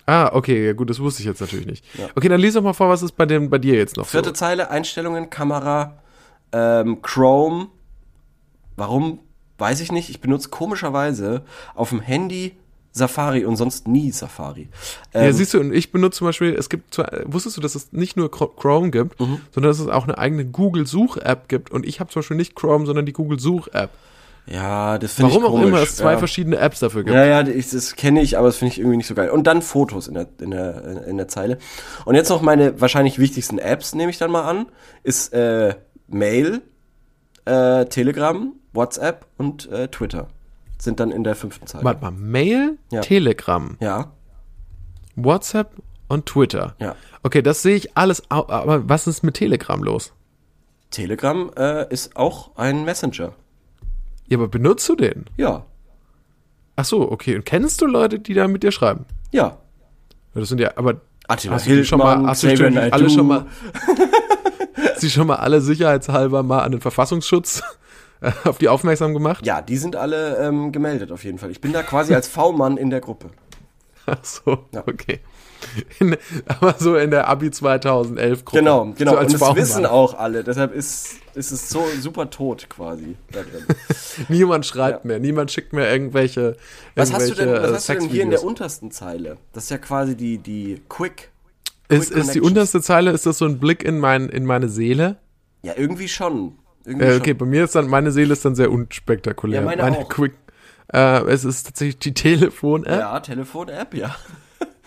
Speaker 1: Ah, okay, ja, gut, das wusste ich jetzt natürlich nicht. Okay, dann lies doch mal vor, was ist bei, dem, bei dir jetzt noch
Speaker 2: Vierte
Speaker 1: so.
Speaker 2: Zeile, Einstellungen, Kamera, ähm, Chrome. Warum? Weiß ich nicht. Ich benutze komischerweise auf dem Handy Safari und sonst nie Safari. Ähm,
Speaker 1: Ja, siehst du, und ich benutze zum Beispiel, es gibt, zwar- wusstest du, dass es nicht nur Chr- Chrome gibt,
Speaker 2: Mhm.
Speaker 1: sondern dass es auch eine eigene Google-Such-App gibt. Und ich habe zum Beispiel nicht Chrome, sondern die Google-Such-App.
Speaker 2: ja, das finde ich
Speaker 1: Warum
Speaker 2: komisch.
Speaker 1: auch immer es zwei
Speaker 2: ja.
Speaker 1: verschiedene Apps dafür gibt.
Speaker 2: Ja, ja, ich, das kenne ich, aber das finde ich irgendwie nicht so geil. Und dann Fotos in der, in, der, in der Zeile. Und jetzt noch meine wahrscheinlich wichtigsten Apps, nehme ich dann mal an, ist äh, Mail, äh, Telegram, WhatsApp und äh, Twitter. Sind dann in der fünften Zeile.
Speaker 1: Warte mal, Mail,
Speaker 2: Ja.
Speaker 1: Telegram,
Speaker 2: Ja.
Speaker 1: WhatsApp und Twitter.
Speaker 2: Ja.
Speaker 1: Okay, das sehe ich alles, au- aber was ist mit Telegram los?
Speaker 2: Telegram äh, ist auch ein Messenger.
Speaker 1: Ja, aber benutzt du den?
Speaker 2: Ja,
Speaker 1: Ach so, okay. Und kennst du Leute, die da mit dir schreiben?
Speaker 2: ja.
Speaker 1: Ja, Das sind ja, aber
Speaker 2: Attila
Speaker 1: hast du die schon mal,
Speaker 2: Hildmann,
Speaker 1: hast du
Speaker 2: Xavier
Speaker 1: die
Speaker 2: Naidoo.
Speaker 1: alle schon mal, hast du die schon mal alle sicherheitshalber mal an den Verfassungsschutz äh, auf die aufmerksam gemacht?
Speaker 2: Ja, die sind alle ähm, gemeldet auf jeden Fall. Ich bin da quasi als V-Mann in der Gruppe.
Speaker 1: Ach so, okay. In, aber so in der Abi 2011 Gruppe.
Speaker 2: Genau, genau.
Speaker 1: So als
Speaker 2: Und das
Speaker 1: Baumann.
Speaker 2: wissen auch alle. Deshalb ist, ist es so super tot quasi da drin.
Speaker 1: Niemand schreibt mehr, niemand schickt mehr irgendwelche.
Speaker 2: Was hast du denn,
Speaker 1: irgendwelche,
Speaker 2: was
Speaker 1: äh,
Speaker 2: hast du denn hier in
Speaker 1: Sexvideos.
Speaker 2: der untersten Zeile? Das ist ja quasi die, die Quick.
Speaker 1: Ist, ist die
Speaker 2: Connections.
Speaker 1: unterste Zeile, ist das so ein Blick in, mein, in meine Seele?
Speaker 2: Ja, irgendwie schon. Irgendwie
Speaker 1: Äh, okay,
Speaker 2: schon.
Speaker 1: bei mir ist dann, meine Seele ist dann sehr unspektakulär.
Speaker 2: Ja, meine auch.
Speaker 1: Quick, äh, es ist tatsächlich die Telefon-App,
Speaker 2: Ja, Telefon-App, ja.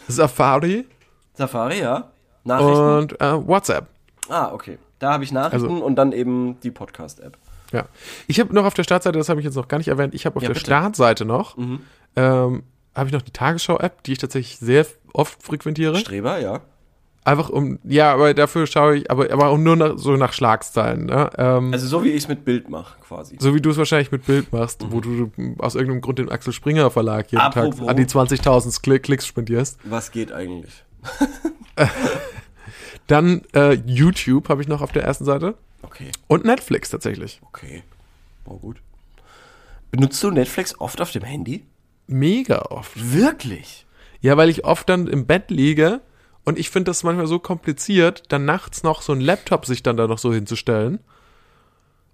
Speaker 1: Safari
Speaker 2: Safari, ja. Nachrichten.
Speaker 1: und äh, WhatsApp.
Speaker 2: Ah, okay. Da habe ich Nachrichten
Speaker 1: Also-
Speaker 2: und dann eben die Podcast-App.
Speaker 1: Ja. Ich habe noch auf der Startseite, das habe ich jetzt noch gar nicht erwähnt, ich habe auf
Speaker 2: Ja,
Speaker 1: der
Speaker 2: bitte. Mhm.
Speaker 1: Startseite noch, ähm, habe ich noch die Tagesschau-App, die ich tatsächlich sehr f- oft frequentiere.
Speaker 2: Streber, ja.
Speaker 1: Einfach um, ja, aber dafür schaue ich, aber, aber auch nur nach, so nach Schlagzeilen. Ne? Ähm,
Speaker 2: Also so wie ich es mit Bild mache, quasi.
Speaker 1: so wie du es wahrscheinlich mit Bild machst, wo du aus irgendeinem Grund den Axel Springer Verlag jeden
Speaker 2: Mhm. Apropos.
Speaker 1: Tag an die 20.000 Kli- Klicks spendierst.
Speaker 2: Was geht eigentlich?
Speaker 1: Dann äh, YouTube habe ich noch auf der ersten Seite
Speaker 2: Okay,
Speaker 1: und Netflix tatsächlich.
Speaker 2: okay. Oh, gut. Benutzt du Netflix oft auf dem Handy?
Speaker 1: Mega oft.
Speaker 2: Wirklich?
Speaker 1: Ja, weil ich oft dann im Bett liege und ich finde das manchmal so kompliziert, dann nachts noch so einen Laptop sich dann da noch so hinzustellen.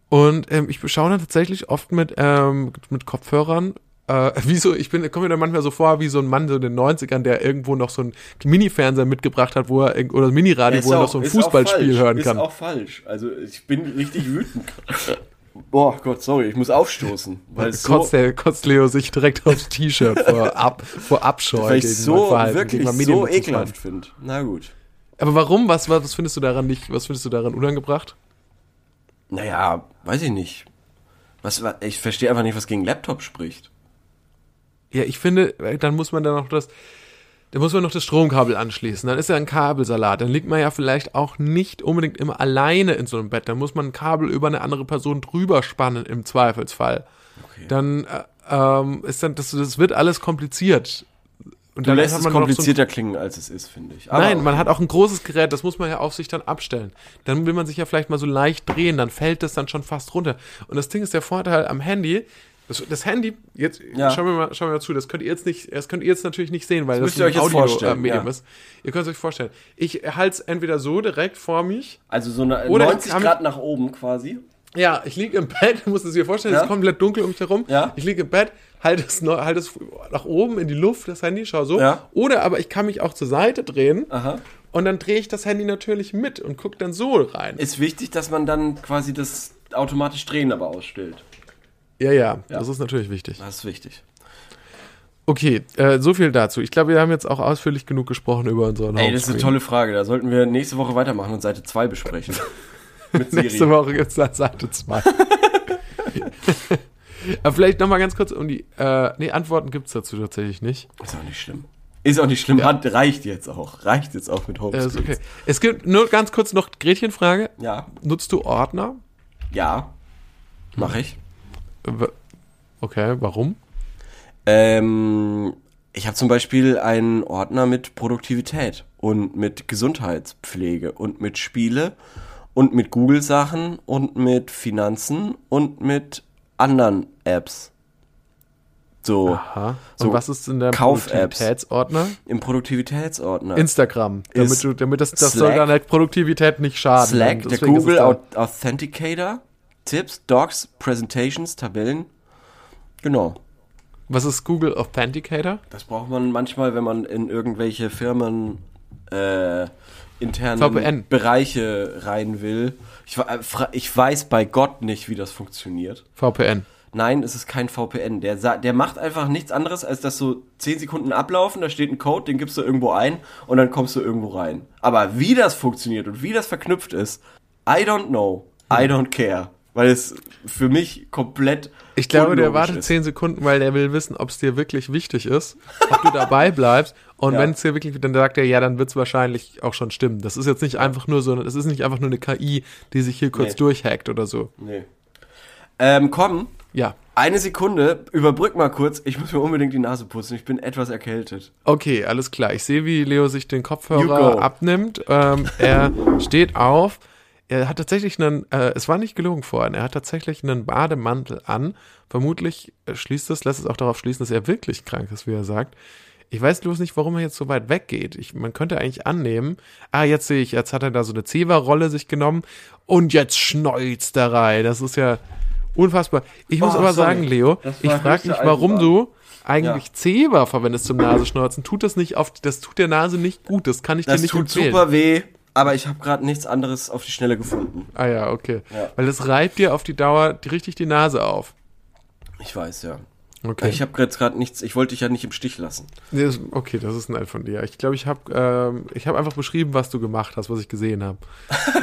Speaker 1: Und ähm, ich beschaue dann tatsächlich oft mit, ähm, mit Kopfhörern. Äh, wie so, ich bin, komme mir dann manchmal so vor, wie so ein Mann so in den 90ern, der irgendwo noch so einen Mini-Fernseher mitgebracht hat, wo er, irgend- oder ein Miniradio, wo er noch so ein Fußballspiel hören kann.
Speaker 2: Ist auch falsch. Also ich bin richtig wütend. Boah Gott, sorry, ich muss aufstoßen. Weil es so,
Speaker 1: kotzt, der, kotzt Leo sich direkt aufs T-Shirt vor, ab, vor Abscheu
Speaker 2: weil ich
Speaker 1: mein
Speaker 2: so
Speaker 1: Verhalten,
Speaker 2: wirklich
Speaker 1: gegen mein halt.
Speaker 2: so
Speaker 1: Mediennutzungsverhalten.
Speaker 2: ekelhaft finde. Na gut.
Speaker 1: Aber warum? Was, was was findest du daran nicht, was findest du daran unangebracht?
Speaker 2: Naja, weiß ich nicht. Was, wa- ich verstehe einfach nicht, was gegen Laptop spricht.
Speaker 1: Ja, ich finde, äh, dann muss man dann noch das, dann muss man noch das Stromkabel anschließen. Dann ist ja ein Kabelsalat. Dann liegt man ja vielleicht auch nicht unbedingt immer alleine in so einem Bett. Dann muss man ein Kabel über eine andere Person drüber spannen im Zweifelsfall. Dann äh, ähm, ist dann, das, das wird alles kompliziert. Und
Speaker 2: Du lässt es
Speaker 1: noch so ein-
Speaker 2: komplizierter klingen, als es ist, finde ich. Aber
Speaker 1: Nein, man hat auch ein großes Gerät, das muss man ja auf sich dann abstellen. Dann will man sich ja vielleicht mal so leicht drehen, dann fällt das dann schon fast runter. Und das Ding ist der Vorteil am Handy. Das, das Handy, jetzt
Speaker 2: Ja.
Speaker 1: schauen, wir mal, schauen wir mal zu, das könnt ihr jetzt nicht, das könnt ihr jetzt natürlich nicht sehen, weil das, äh,
Speaker 2: müsst ihr euch jetzt vorstellen,
Speaker 1: Medium
Speaker 2: ja.
Speaker 1: ist. Ihr könnt es euch vorstellen. Ich halte es entweder so direkt vor mich.
Speaker 2: Also so eine
Speaker 1: Oder
Speaker 2: 90
Speaker 1: kann-
Speaker 2: Grad nach oben quasi.
Speaker 1: Ja, ich liege im Bett, muss es dir vorstellen, es
Speaker 2: Ja.
Speaker 1: ist komplett dunkel um mich herum.
Speaker 2: Ja.
Speaker 1: Ich liege im Bett, halte es, neu- halte es nach oben in die Luft, das Handy, schau so.
Speaker 2: Ja.
Speaker 1: Oder aber ich kann mich auch zur Seite drehen.
Speaker 2: Aha.
Speaker 1: Und dann drehe ich das Handy natürlich mit und gucke dann so rein.
Speaker 2: Ist wichtig, dass man dann quasi das automatisch Drehen aber ausstellt.
Speaker 1: ja, ja, das ist natürlich wichtig.
Speaker 2: Das ist wichtig.
Speaker 1: Okay, äh, so viel dazu. Ich glaube, wir haben jetzt auch ausführlich genug gesprochen über unseren
Speaker 2: Ey, das ist eine
Speaker 1: Homescreen.
Speaker 2: tolle Frage. Da sollten wir nächste Woche weitermachen und Seite 2 besprechen. Mit Siri.
Speaker 1: Nächste Woche gibt's dann Seite 2. Aber vielleicht nochmal ganz kurz um die. Äh, nee, Antworten gibt's dazu tatsächlich nicht.
Speaker 2: Ist auch nicht schlimm. Ist auch nicht schlimm. Hat, reicht jetzt auch. Reicht jetzt auch mit
Speaker 1: Äh,
Speaker 2: Homescreens.
Speaker 1: ist okay. Es gibt nur ganz kurz noch Gretchenfrage.
Speaker 2: Ja.
Speaker 1: Nutzt du Ordner?
Speaker 2: Ja. Mach ich.
Speaker 1: Äh, w- Okay, warum?
Speaker 2: Ähm, ich habe zum Beispiel einen Ordner mit Produktivität und mit Gesundheitspflege und mit Spiele und mit Google-Sachen und mit Finanzen und mit anderen Apps. So,
Speaker 1: Aha. Und
Speaker 2: So
Speaker 1: was ist in deinem
Speaker 2: Kauf-Apps.
Speaker 1: Produktivitätsordner?
Speaker 2: im Produktivitätsordner.
Speaker 1: Instagram, damit
Speaker 2: Ist
Speaker 1: du, damit das, das
Speaker 2: Slack-
Speaker 1: soll dann halt Produktivität nicht schaden.
Speaker 2: Slack,
Speaker 1: Dann
Speaker 2: der
Speaker 1: deswegen ist es
Speaker 2: Google
Speaker 1: da-
Speaker 2: Au- Authenticator, Tipps, Docs, Presentations, Tabellen. Genau.
Speaker 1: Was ist Google Authenticator?
Speaker 2: Das braucht man manchmal, wenn man in irgendwelche Firmen äh, internen
Speaker 1: VPN.
Speaker 2: Bereiche rein will. Ich, wa- äh, fra- ich weiß bei Gott nicht, wie das funktioniert.
Speaker 1: VPN.
Speaker 2: Nein, es ist kein VPN. Der, sa- der macht einfach nichts anderes, als dass so 10 Sekunden ablaufen, da steht ein Code, den gibst du irgendwo ein und dann kommst du irgendwo rein. Aber wie das funktioniert und wie das verknüpft ist, I don't know. I
Speaker 1: Hm.
Speaker 2: don't care. Weil es für mich komplett.
Speaker 1: Ich glaube, der
Speaker 2: unlogisch
Speaker 1: wartet
Speaker 2: ist.
Speaker 1: zehn Sekunden, weil der will wissen, ob es dir wirklich wichtig ist, ob du dabei bleibst. Und
Speaker 2: Ja.
Speaker 1: wenn es dir wirklich, dann sagt er, ja, dann wird es wahrscheinlich auch schon stimmen. Das ist jetzt nicht einfach nur so, das ist nicht einfach nur eine KI, die sich hier kurz
Speaker 2: Nee.
Speaker 1: durchhackt oder so.
Speaker 2: Nee. Ähm, komm,
Speaker 1: Ja.
Speaker 2: Eine Sekunde, überbrück mal kurz. Ich muss mir unbedingt die Nase putzen. Ich bin etwas erkältet.
Speaker 1: Okay, alles klar. Ich sehe, wie Leo sich den
Speaker 2: You go.
Speaker 1: Kopfhörer abnimmt. Ähm, er steht auf. Er hat tatsächlich einen, äh, es war nicht gelogen vorhin, er hat tatsächlich einen Bademantel an. Vermutlich äh, schließt es, lässt es auch darauf schließen, dass er wirklich krank ist, wie er sagt. Ich weiß bloß nicht, warum er jetzt so weit weggeht. Ich, man könnte eigentlich annehmen, ah, jetzt sehe ich, jetzt hat er da so eine Zewa-Rolle sich genommen und jetzt schneuzt er rein. Das ist ja unfassbar. Ich muss
Speaker 2: Oh,
Speaker 1: aber
Speaker 2: sorry.
Speaker 1: sagen, Leo,
Speaker 2: Das
Speaker 1: ich
Speaker 2: war
Speaker 1: frage
Speaker 2: höchste
Speaker 1: mich, warum
Speaker 2: Eisenbahn.
Speaker 1: du eigentlich
Speaker 2: Ja.
Speaker 1: Zewa verwendest zum Nasenschneuzen, tut das nicht auf, das tut der Nase nicht gut. Das kann ich dir
Speaker 2: Das
Speaker 1: nicht
Speaker 2: tut
Speaker 1: empfehlen.
Speaker 2: super weh, aber ich habe gerade nichts anderes auf die Schnelle gefunden.
Speaker 1: Ah ja, okay.
Speaker 2: Ja.
Speaker 1: Weil das reibt dir auf die Dauer die, richtig die Nase auf.
Speaker 2: Ich weiß, ja.
Speaker 1: Okay.
Speaker 2: Ich habe jetzt gerade nichts, ich wollte dich ja nicht im Stich lassen.
Speaker 1: Nee, das, okay, das ist ein Alt von dir. Ich glaube, ich habe ähm, ich hab einfach beschrieben, was du gemacht hast, was ich gesehen habe.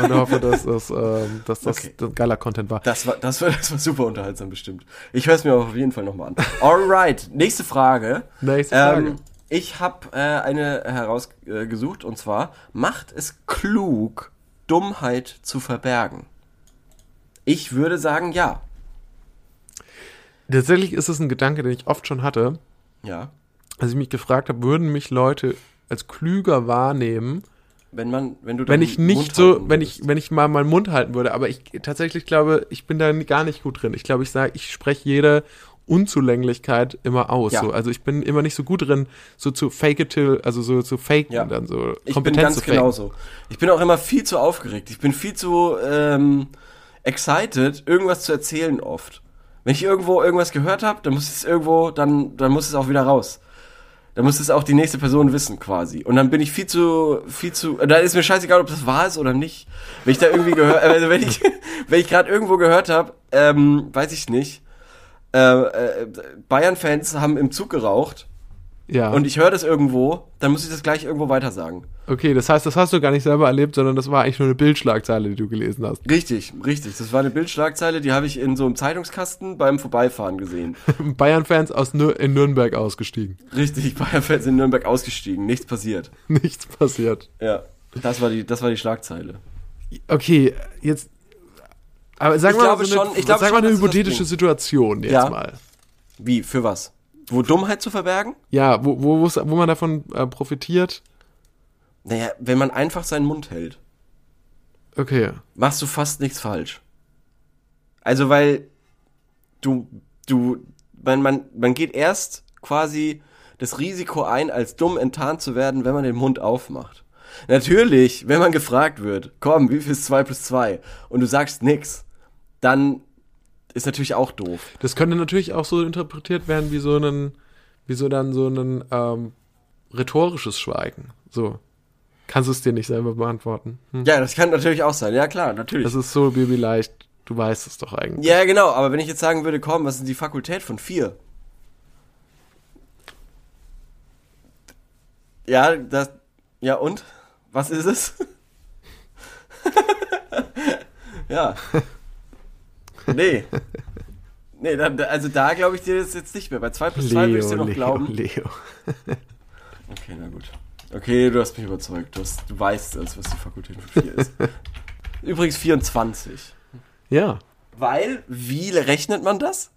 Speaker 1: Und hoffe, dass das, ähm, dass das
Speaker 2: Okay.
Speaker 1: das geiler Content war.
Speaker 2: Das war, das war, das war super unterhaltsam bestimmt. Ich höre es mir auf jeden Fall nochmal an. Alright, nächste Frage. Ähm,
Speaker 1: Nächste Frage.
Speaker 2: ich habe äh, eine herausgesucht äh, gesucht, und zwar, macht es klug, Dummheit zu verbergen? Ich würde sagen, ja.
Speaker 1: Tatsächlich ist es ein Gedanke, den ich oft schon hatte,
Speaker 2: Ja.
Speaker 1: als ich mich gefragt habe, würden mich Leute als klüger wahrnehmen,
Speaker 2: Wenn man, wenn du
Speaker 1: wenn
Speaker 2: deinen
Speaker 1: ich nicht
Speaker 2: Mund halten
Speaker 1: so, wenn ich,
Speaker 2: würdest.
Speaker 1: wenn ich mal meinen Mund halten würde. Aber ich tatsächlich glaube, ich bin da gar nicht gut drin. Ich glaube, ich sage, ich spreche jede Unzulänglichkeit immer aus.
Speaker 2: Ja.
Speaker 1: So. Also ich bin immer nicht so gut drin, so zu fake it till, also so zu faken
Speaker 2: Ja.
Speaker 1: dann so.
Speaker 2: Ich bin
Speaker 1: Kompetenz zu
Speaker 2: ganz
Speaker 1: faken.
Speaker 2: genauso. Ich bin auch immer viel zu aufgeregt. Ich bin viel zu ähm, excited, irgendwas zu erzählen oft. Wenn ich irgendwo irgendwas gehört habe, dann muss es irgendwo, dann, dann muss es auch wieder raus. Dann muss es auch die nächste Person wissen quasi. Und dann bin ich viel zu, viel zu, äh, dann ist mir scheißegal, ob das wahr ist oder nicht. Wenn ich da irgendwie gehört, also wenn ich, wenn ich gerade irgendwo gehört habe, ähm, weiß ich nicht, äh, äh, Bayern-Fans haben im Zug geraucht
Speaker 1: Ja.
Speaker 2: und ich höre das irgendwo, dann muss ich das gleich irgendwo weitersagen.
Speaker 1: Okay, das heißt, das hast du gar nicht selber erlebt, sondern das war eigentlich nur eine Bildschlagzeile, die du gelesen hast.
Speaker 2: Richtig, richtig. Das war eine Bildschlagzeile, die habe ich in so einem Zeitungskasten beim Vorbeifahren gesehen.
Speaker 1: Bayern-Fans aus Nür in Nürnberg ausgestiegen.
Speaker 2: Richtig, Bayernfans in Nürnberg ausgestiegen, nichts passiert.
Speaker 1: Nichts passiert.
Speaker 2: Ja, das war die, das war die Schlagzeile.
Speaker 1: Okay, jetzt. Aber sag
Speaker 2: Ich
Speaker 1: mal,
Speaker 2: glaube
Speaker 1: so eine,
Speaker 2: schon- ich glaube
Speaker 1: sag mal
Speaker 2: schon,
Speaker 1: eine
Speaker 2: dass es was
Speaker 1: hypothetische
Speaker 2: bringt.
Speaker 1: Situation jetzt
Speaker 2: Ja.
Speaker 1: mal.
Speaker 2: Wie, für was? Wo Dummheit zu verbergen?
Speaker 1: Ja, wo, wo, wo's- wo man davon äh, profitiert.
Speaker 2: Naja, wenn man einfach seinen Mund hält,
Speaker 1: Okay.
Speaker 2: machst du fast nichts falsch. Also, weil du, du, man, man, man geht erst quasi das Risiko ein, als dumm enttarnt zu werden, wenn man den Mund aufmacht. Natürlich, wenn man gefragt wird, komm, wie viel ist 2 plus 2? Und du sagst nix, dann ist natürlich auch doof.
Speaker 1: Das könnte natürlich auch so interpretiert werden wie so einen, wie so dann so ein ähm, rhetorisches Schweigen. So. Kannst du es dir nicht selber beantworten. Hm.
Speaker 2: Ja, das kann natürlich auch sein. Ja, klar, natürlich.
Speaker 1: Das ist so, Baby, leicht. Du weißt es doch eigentlich.
Speaker 2: ja, genau, aber wenn ich jetzt sagen würde, komm, was ist die Fakultät von 4? Ja, das. Ja, und? Was ist es? ja. Nee. Nee, dann, da- also da glaube ich dir das jetzt nicht mehr. Bei 2 plus 2 würde ich dir noch
Speaker 1: Leo,
Speaker 2: glauben.
Speaker 1: Leo.
Speaker 2: Okay, na gut. Okay, du hast mich überzeugt. Du, hast, du weißt es, was die Fakultät von 4 ist. Übrigens 24.
Speaker 1: Ja.
Speaker 2: Weil, wie rechnet man das?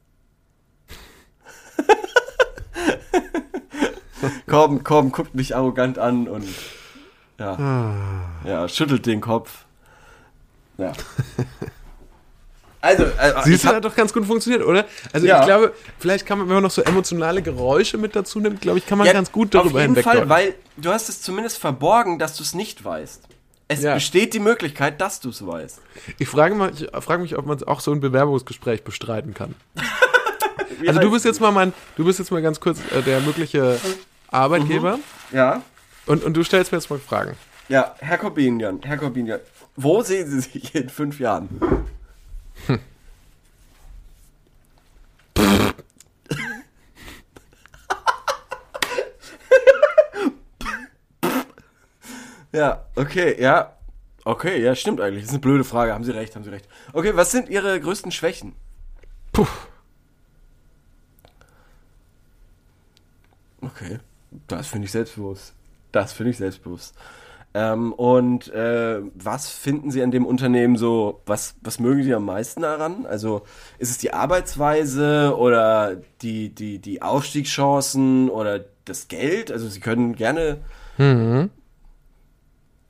Speaker 2: komm, komm, guckt mich arrogant an und ja,
Speaker 1: Ah.
Speaker 2: ja schüttelt den Kopf. Ja. Also, äh,
Speaker 1: Siehst
Speaker 2: ich
Speaker 1: du,
Speaker 2: hab-
Speaker 1: hat doch ganz gut funktioniert, oder? Also
Speaker 2: Ja.
Speaker 1: ich glaube, vielleicht kann man, wenn man noch so emotionale Geräusche mit dazu nimmt, glaube ich, kann man
Speaker 2: ja,
Speaker 1: ganz gut darüber
Speaker 2: Auf jeden
Speaker 1: hinweg.
Speaker 2: Fall, weil du hast es zumindest verborgen, dass du es nicht weißt. Es
Speaker 1: Ja.
Speaker 2: besteht die Möglichkeit, dass du es weißt.
Speaker 1: ich frage mal, ich frage mich, ob man auch so ein Bewerbungsgespräch bestreiten kann.
Speaker 2: Wie
Speaker 1: Also du
Speaker 2: heißt-
Speaker 1: bist jetzt mal mein, du bist jetzt mal ganz kurz äh, der mögliche Arbeitgeber
Speaker 2: Ja,
Speaker 1: und, und du stellst mir jetzt mal Fragen.
Speaker 2: ja, Herr Corbinian, Herr Corbinian, wo sehen Sie sich in fünf Jahren? Ja, okay, ja. Okay, ja, stimmt eigentlich. Das ist eine blöde Frage. Haben Sie recht, haben Sie recht. Okay, was sind Ihre größten Schwächen?
Speaker 1: Puh.
Speaker 2: Okay, das finde ich selbstbewusst. Das finde ich selbstbewusst. Ähm, und äh, was finden Sie an dem Unternehmen so, was, was mögen Sie am meisten daran? Also ist es die Arbeitsweise oder die, die, die Aufstiegschancen oder das Geld? Also Sie können gerne...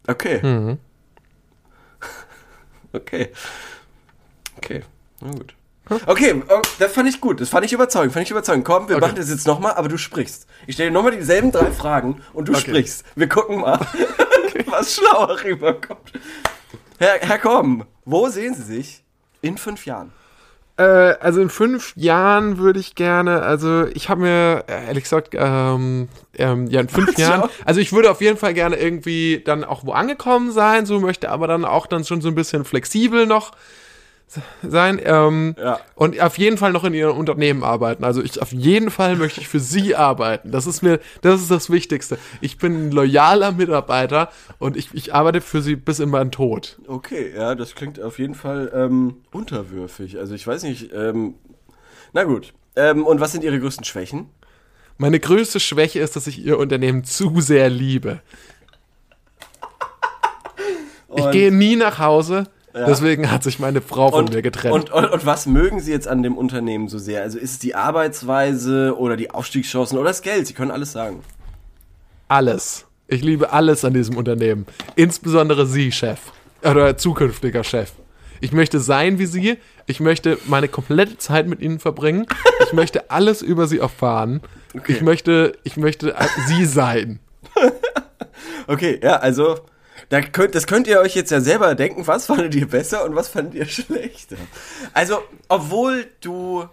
Speaker 2: Okay. Okay. Okay, na gut. Okay, oh, das fand ich gut, das fand ich überzeugend, fand ich überzeugend. Komm, wir
Speaker 1: Okay.
Speaker 2: machen das jetzt nochmal, aber du sprichst. Ich stelle dir nochmal dieselben drei Fragen und du sprichst. Wir gucken mal, was schlauer rüberkommt. Herr, Herr Komm, wo sehen Sie sich in fünf Jahren?
Speaker 1: Äh, also in fünf Jahren würde ich gerne, also ich habe mir, äh, ehrlich gesagt, ähm, ähm, ja, in fünf
Speaker 2: Ja.
Speaker 1: Jahren, also ich würde auf jeden Fall gerne irgendwie dann auch wo angekommen sein, so möchte aber dann auch dann schon so ein bisschen flexibel noch se- sein ähm,
Speaker 2: Ja.
Speaker 1: und auf jeden Fall noch in ihrem Unternehmen arbeiten. Also ich auf jeden Fall möchte ich für sie arbeiten. Das ist mir, das ist das Wichtigste. Ich bin ein loyaler Mitarbeiter und ich, ich arbeite für sie bis in meinen Tod.
Speaker 2: Okay, ja, das klingt auf jeden Fall ähm, unterwürfig. Also ich weiß nicht. Ähm, na gut. Ähm, und was sind Ihre größten Schwächen?
Speaker 1: Meine größte Schwäche ist, dass ich ihr Unternehmen zu sehr liebe. Ich
Speaker 2: Und-
Speaker 1: gehe nie nach Hause, deswegen hat sich meine Frau von
Speaker 2: und,
Speaker 1: mir getrennt.
Speaker 2: Und, und, und was mögen Sie jetzt an dem Unternehmen so sehr? Also ist es die Arbeitsweise oder die Aufstiegschancen oder das Geld? Sie können alles sagen.
Speaker 1: alles. Ich liebe alles an diesem Unternehmen. Insbesondere Sie, Chef. Oder zukünftiger Chef. Ich möchte sein wie Sie. Ich möchte meine komplette Zeit mit Ihnen verbringen. Ich möchte alles über Sie erfahren. Ich möchte, ich möchte äh, Sie sein.
Speaker 2: Okay, ja, also da könnt, das könnt ihr euch jetzt ja selber denken, was fandet ihr besser und was fandet ihr schlechter. Also, obwohl du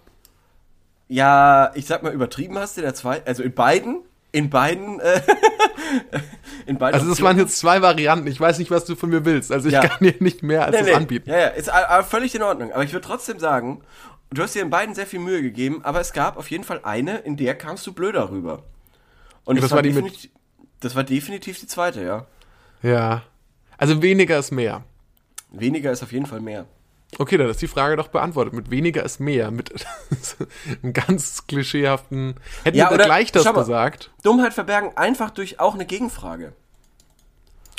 Speaker 2: ja, ich sag mal übertrieben hast in der zweiten, also in beiden, in beiden, äh, in beiden.
Speaker 1: Also das waren jetzt zwei Varianten. Ich weiß nicht, was du von mir willst. Also ich
Speaker 2: Ja.
Speaker 1: kann dir nicht mehr als
Speaker 2: Nee,
Speaker 1: das
Speaker 2: nee.
Speaker 1: anbieten.
Speaker 2: Ja, ja, ist a- a- völlig in Ordnung. Aber ich würde trotzdem sagen, du hast dir in beiden sehr viel Mühe gegeben, aber es gab auf jeden Fall eine, in der kamst du blöder rüber. Und
Speaker 1: Ja, das war die mit-
Speaker 2: definitiv- das war definitiv die zweite, ja.
Speaker 1: Ja. Also weniger ist mehr.
Speaker 2: Weniger ist auf jeden Fall mehr.
Speaker 1: Okay, dann ist die Frage doch beantwortet. Mit weniger ist mehr. Mit einem ganz klischeehaften. Hätten
Speaker 2: Ja,
Speaker 1: wir da
Speaker 2: oder-
Speaker 1: gleich das
Speaker 2: schau mal.
Speaker 1: gesagt.
Speaker 2: Dummheit verbergen einfach durch auch eine Gegenfrage.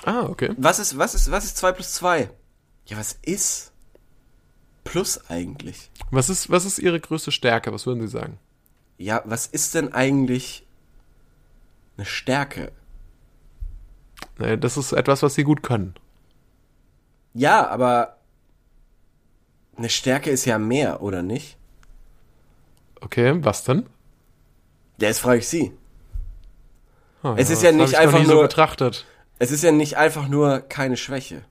Speaker 1: Ah, okay.
Speaker 2: Was ist, was ist, was ist 2 plus 2? Ja, was ist plus eigentlich?
Speaker 1: Was ist, was ist Ihre größte Stärke? Was würden Sie sagen?
Speaker 2: Ja, was ist denn eigentlich eine Stärke?
Speaker 1: Naja, Äh, das ist etwas, was Sie gut können.
Speaker 2: Ja, aber eine Stärke ist ja mehr, oder nicht?
Speaker 1: Okay, was denn?
Speaker 2: Ja, jetzt frage ich Sie.
Speaker 1: Ah,
Speaker 2: Es ist
Speaker 1: das
Speaker 2: ja
Speaker 1: hab
Speaker 2: nicht
Speaker 1: ich noch
Speaker 2: einfach
Speaker 1: nie so
Speaker 2: nur-
Speaker 1: betrachtet.
Speaker 2: Es ist ja nicht einfach nur keine Schwäche.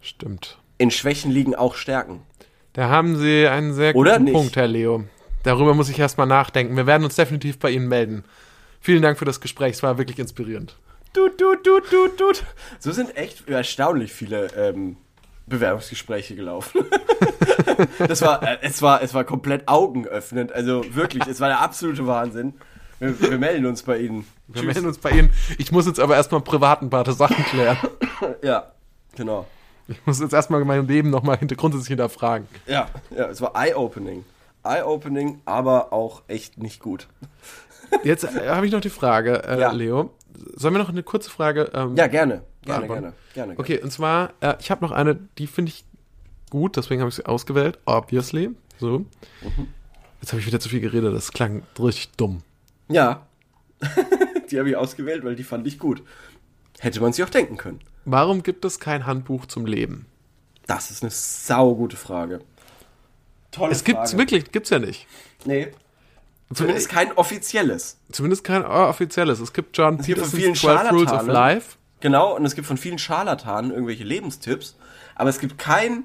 Speaker 1: Stimmt.
Speaker 2: In Schwächen liegen auch Stärken.
Speaker 1: Da haben Sie einen sehr
Speaker 2: Oder
Speaker 1: guten
Speaker 2: nicht?
Speaker 1: Punkt, Herr Leo. Darüber muss ich erstmal nachdenken. Wir werden uns definitiv bei Ihnen melden. Vielen Dank für das Gespräch. Es war wirklich inspirierend.
Speaker 2: Tut, tut, tut, tut, tut. So sind echt erstaunlich viele ähm, Bewerbungsgespräche gelaufen. das war, äh, es war, es war komplett augenöffnend. Also wirklich, es war der absolute Wahnsinn. Wir, wir melden uns bei Ihnen.
Speaker 1: Wir melden uns bei Ihnen. Ich muss jetzt aber erstmal privat ein paar Sachen klären.
Speaker 2: Ja, genau.
Speaker 1: Ich muss jetzt erstmal mein Leben nochmal hinter grundsätzlich hinterfragen.
Speaker 2: Ja, ja, es war eye-opening. Eye-opening, aber auch echt nicht gut.
Speaker 1: Jetzt äh, habe ich noch die Frage, äh,
Speaker 2: Ja.
Speaker 1: Leo. Sollen wir noch eine kurze Frage ähm,
Speaker 2: Ja, gerne. Gerne,
Speaker 1: Beantworten.
Speaker 2: gerne, gerne. gerne.
Speaker 1: Okay, und zwar, äh, ich habe noch eine, die finde ich gut, deswegen habe ich sie ausgewählt, obviously. So.
Speaker 2: Mhm.
Speaker 1: Jetzt habe ich wieder zu viel geredet, das klang richtig dumm.
Speaker 2: Ja. die habe ich ausgewählt, weil die fand ich gut. Hätte man sich auch denken können.
Speaker 1: Warum gibt es kein Handbuch zum Leben?
Speaker 2: Das ist eine saugute Frage. Tolle
Speaker 1: Es gibt's wirklich, gibt's ja nicht.
Speaker 2: Nee. Zumindest
Speaker 1: Zumindest,
Speaker 2: kein offizielles.
Speaker 1: zumindest kein oh, offizielles. Es gibt John
Speaker 2: Äh, gibt von vielen
Speaker 1: Peterson's 12 Rules of
Speaker 2: Scharlatanen.
Speaker 1: Life.
Speaker 2: Genau, und es gibt von vielen Scharlatanen irgendwelche Lebenstipps, aber es gibt kein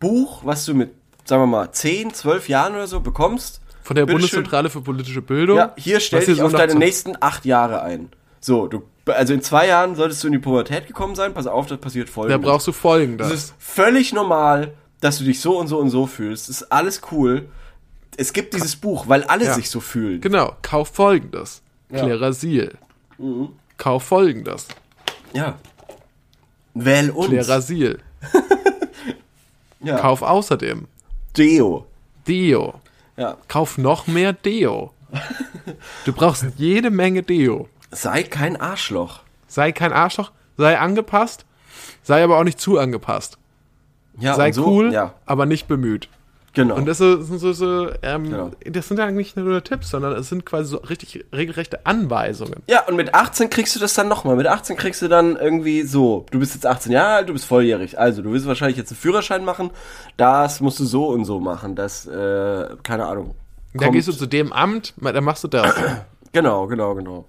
Speaker 2: Buch, was du mit, sagen wir mal, 10, 12 Jahren oder so bekommst.
Speaker 1: Von der
Speaker 2: Bitte
Speaker 1: Bundeszentrale für politische Bildung.
Speaker 2: schön. Ja, hier stell
Speaker 1: was ihr
Speaker 2: dich
Speaker 1: so
Speaker 2: auf
Speaker 1: nach-
Speaker 2: deine nächsten acht Jahre ein. So, du, also in zwei Jahren solltest du in die Pubertät gekommen sein. Pass auf, das passiert
Speaker 1: Da
Speaker 2: folgendes.
Speaker 1: brauchst du folgendes.
Speaker 2: Es ist völlig normal, dass du dich so und so und so fühlst. Es ist alles cool. Es gibt dieses Buch, weil alle
Speaker 1: Ja.
Speaker 2: sich so fühlen.
Speaker 1: Genau, kauf folgendes. Clara Siel.
Speaker 2: Mhm.
Speaker 1: Kauf folgendes.
Speaker 2: Ja. Wähl uns.
Speaker 1: Clara Siel.
Speaker 2: ja.
Speaker 1: Kauf außerdem
Speaker 2: Deo.
Speaker 1: Deo.
Speaker 2: Ja.
Speaker 1: Kauf noch mehr Deo. Du brauchst jede Menge Deo.
Speaker 2: Sei kein Arschloch.
Speaker 1: Sei kein Arschloch, sei angepasst, sei aber auch nicht zu angepasst.
Speaker 2: Ja,
Speaker 1: Sei
Speaker 2: und so,
Speaker 1: cool,
Speaker 2: Ja,
Speaker 1: aber nicht bemüht.
Speaker 2: genau.
Speaker 1: Und das so- sind so, so ähm,
Speaker 2: Genau.
Speaker 1: das sind ja nicht nur Tipps, sondern es sind quasi so richtig regelrechte Anweisungen.
Speaker 2: ja, und mit 18 kriegst du das dann nochmal. Mit 18 kriegst du dann irgendwie so, du bist jetzt 18 Jahre alt, du bist volljährig. Also, du willst wahrscheinlich jetzt einen Führerschein machen. Das musst du so und so machen. Das, äh, keine Ahnung.
Speaker 1: Da
Speaker 2: Kommt-
Speaker 1: gehst du zu dem Amt, ma- dann machst du das.
Speaker 2: Genau, genau, genau.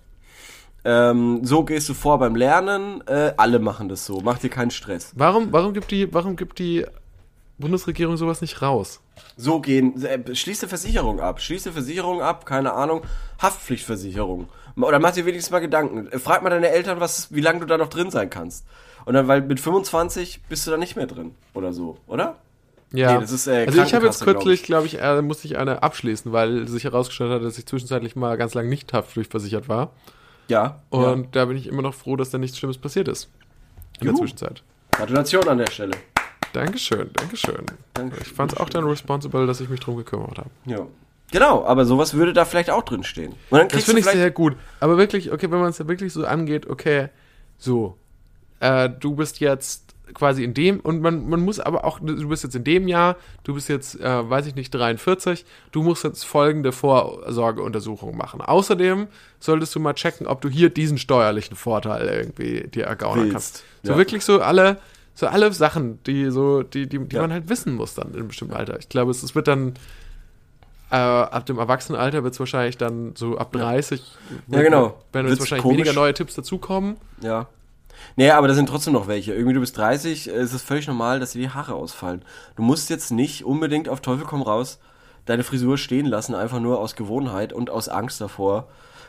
Speaker 2: Ähm, so gehst du vor beim Lernen. Äh, alle machen das so. Mach dir keinen Stress.
Speaker 1: Warum, warum gibt die, warum gibt die Bundesregierung sowas nicht raus.
Speaker 2: So gehen, äh, schließe Versicherung ab, schließe Versicherung ab, keine Ahnung, Haftpflichtversicherung. Oder mach dir wenigstens mal Gedanken. Äh, Frag mal deine Eltern, was, wie lange du da noch drin sein kannst. Und dann, weil mit 25 bist du da nicht mehr drin oder so, oder?
Speaker 1: Ja,
Speaker 2: Nee, das ist, äh,
Speaker 1: also ich habe jetzt
Speaker 2: Krankenkasse,
Speaker 1: kürzlich, glaube ich, äh, musste ich eine abschließen, weil sich herausgestellt hat, dass ich zwischenzeitlich mal ganz lange nicht haftpflichtversichert war.
Speaker 2: Ja.
Speaker 1: Und da bin ich immer noch froh, dass da nichts Schlimmes passiert ist. In der
Speaker 2: Juhu.
Speaker 1: Zwischenzeit.
Speaker 2: ja. Gratulation an der Stelle.
Speaker 1: Dankeschön, Dankeschön.
Speaker 2: Dankeschön.
Speaker 1: Ich fand es auch dann responsible, dass ich mich drum gekümmert habe.
Speaker 2: Ja. Genau, aber sowas würde da vielleicht auch drin stehen. Und dann
Speaker 1: Das
Speaker 2: kriegst
Speaker 1: finde
Speaker 2: du
Speaker 1: ich
Speaker 2: vielleicht
Speaker 1: sehr gut. Aber wirklich, okay, wenn man es ja wirklich so angeht, okay, so, äh, du bist jetzt quasi in dem, und man, man muss aber auch, du bist jetzt in dem Jahr, du bist jetzt, äh, weiß ich nicht, 43, du musst jetzt folgende Vorsorgeuntersuchung machen. Außerdem solltest du mal checken, ob du hier diesen steuerlichen Vorteil irgendwie dir ergaunern
Speaker 2: Willst,
Speaker 1: kannst. So
Speaker 2: ja.
Speaker 1: wirklich so alle, so alle Sachen, die so, die, die, die
Speaker 2: Ja.
Speaker 1: man halt wissen muss dann in einem bestimmten Alter. Ich glaube, es, es wird dann äh, ab dem Erwachsenenalter wird es wahrscheinlich dann so ab 30.
Speaker 2: Ja, genau.
Speaker 1: Werden
Speaker 2: Wird's
Speaker 1: jetzt wahrscheinlich
Speaker 2: komisch.
Speaker 1: weniger neue Tipps dazukommen.
Speaker 2: Ja. Nee, aber da sind trotzdem noch welche. Irgendwie du bist 30, äh, es ist völlig normal, dass dir die Haare ausfallen. Du musst jetzt nicht unbedingt auf Teufel komm raus deine Frisur stehen lassen, einfach nur aus Gewohnheit und aus Angst davor,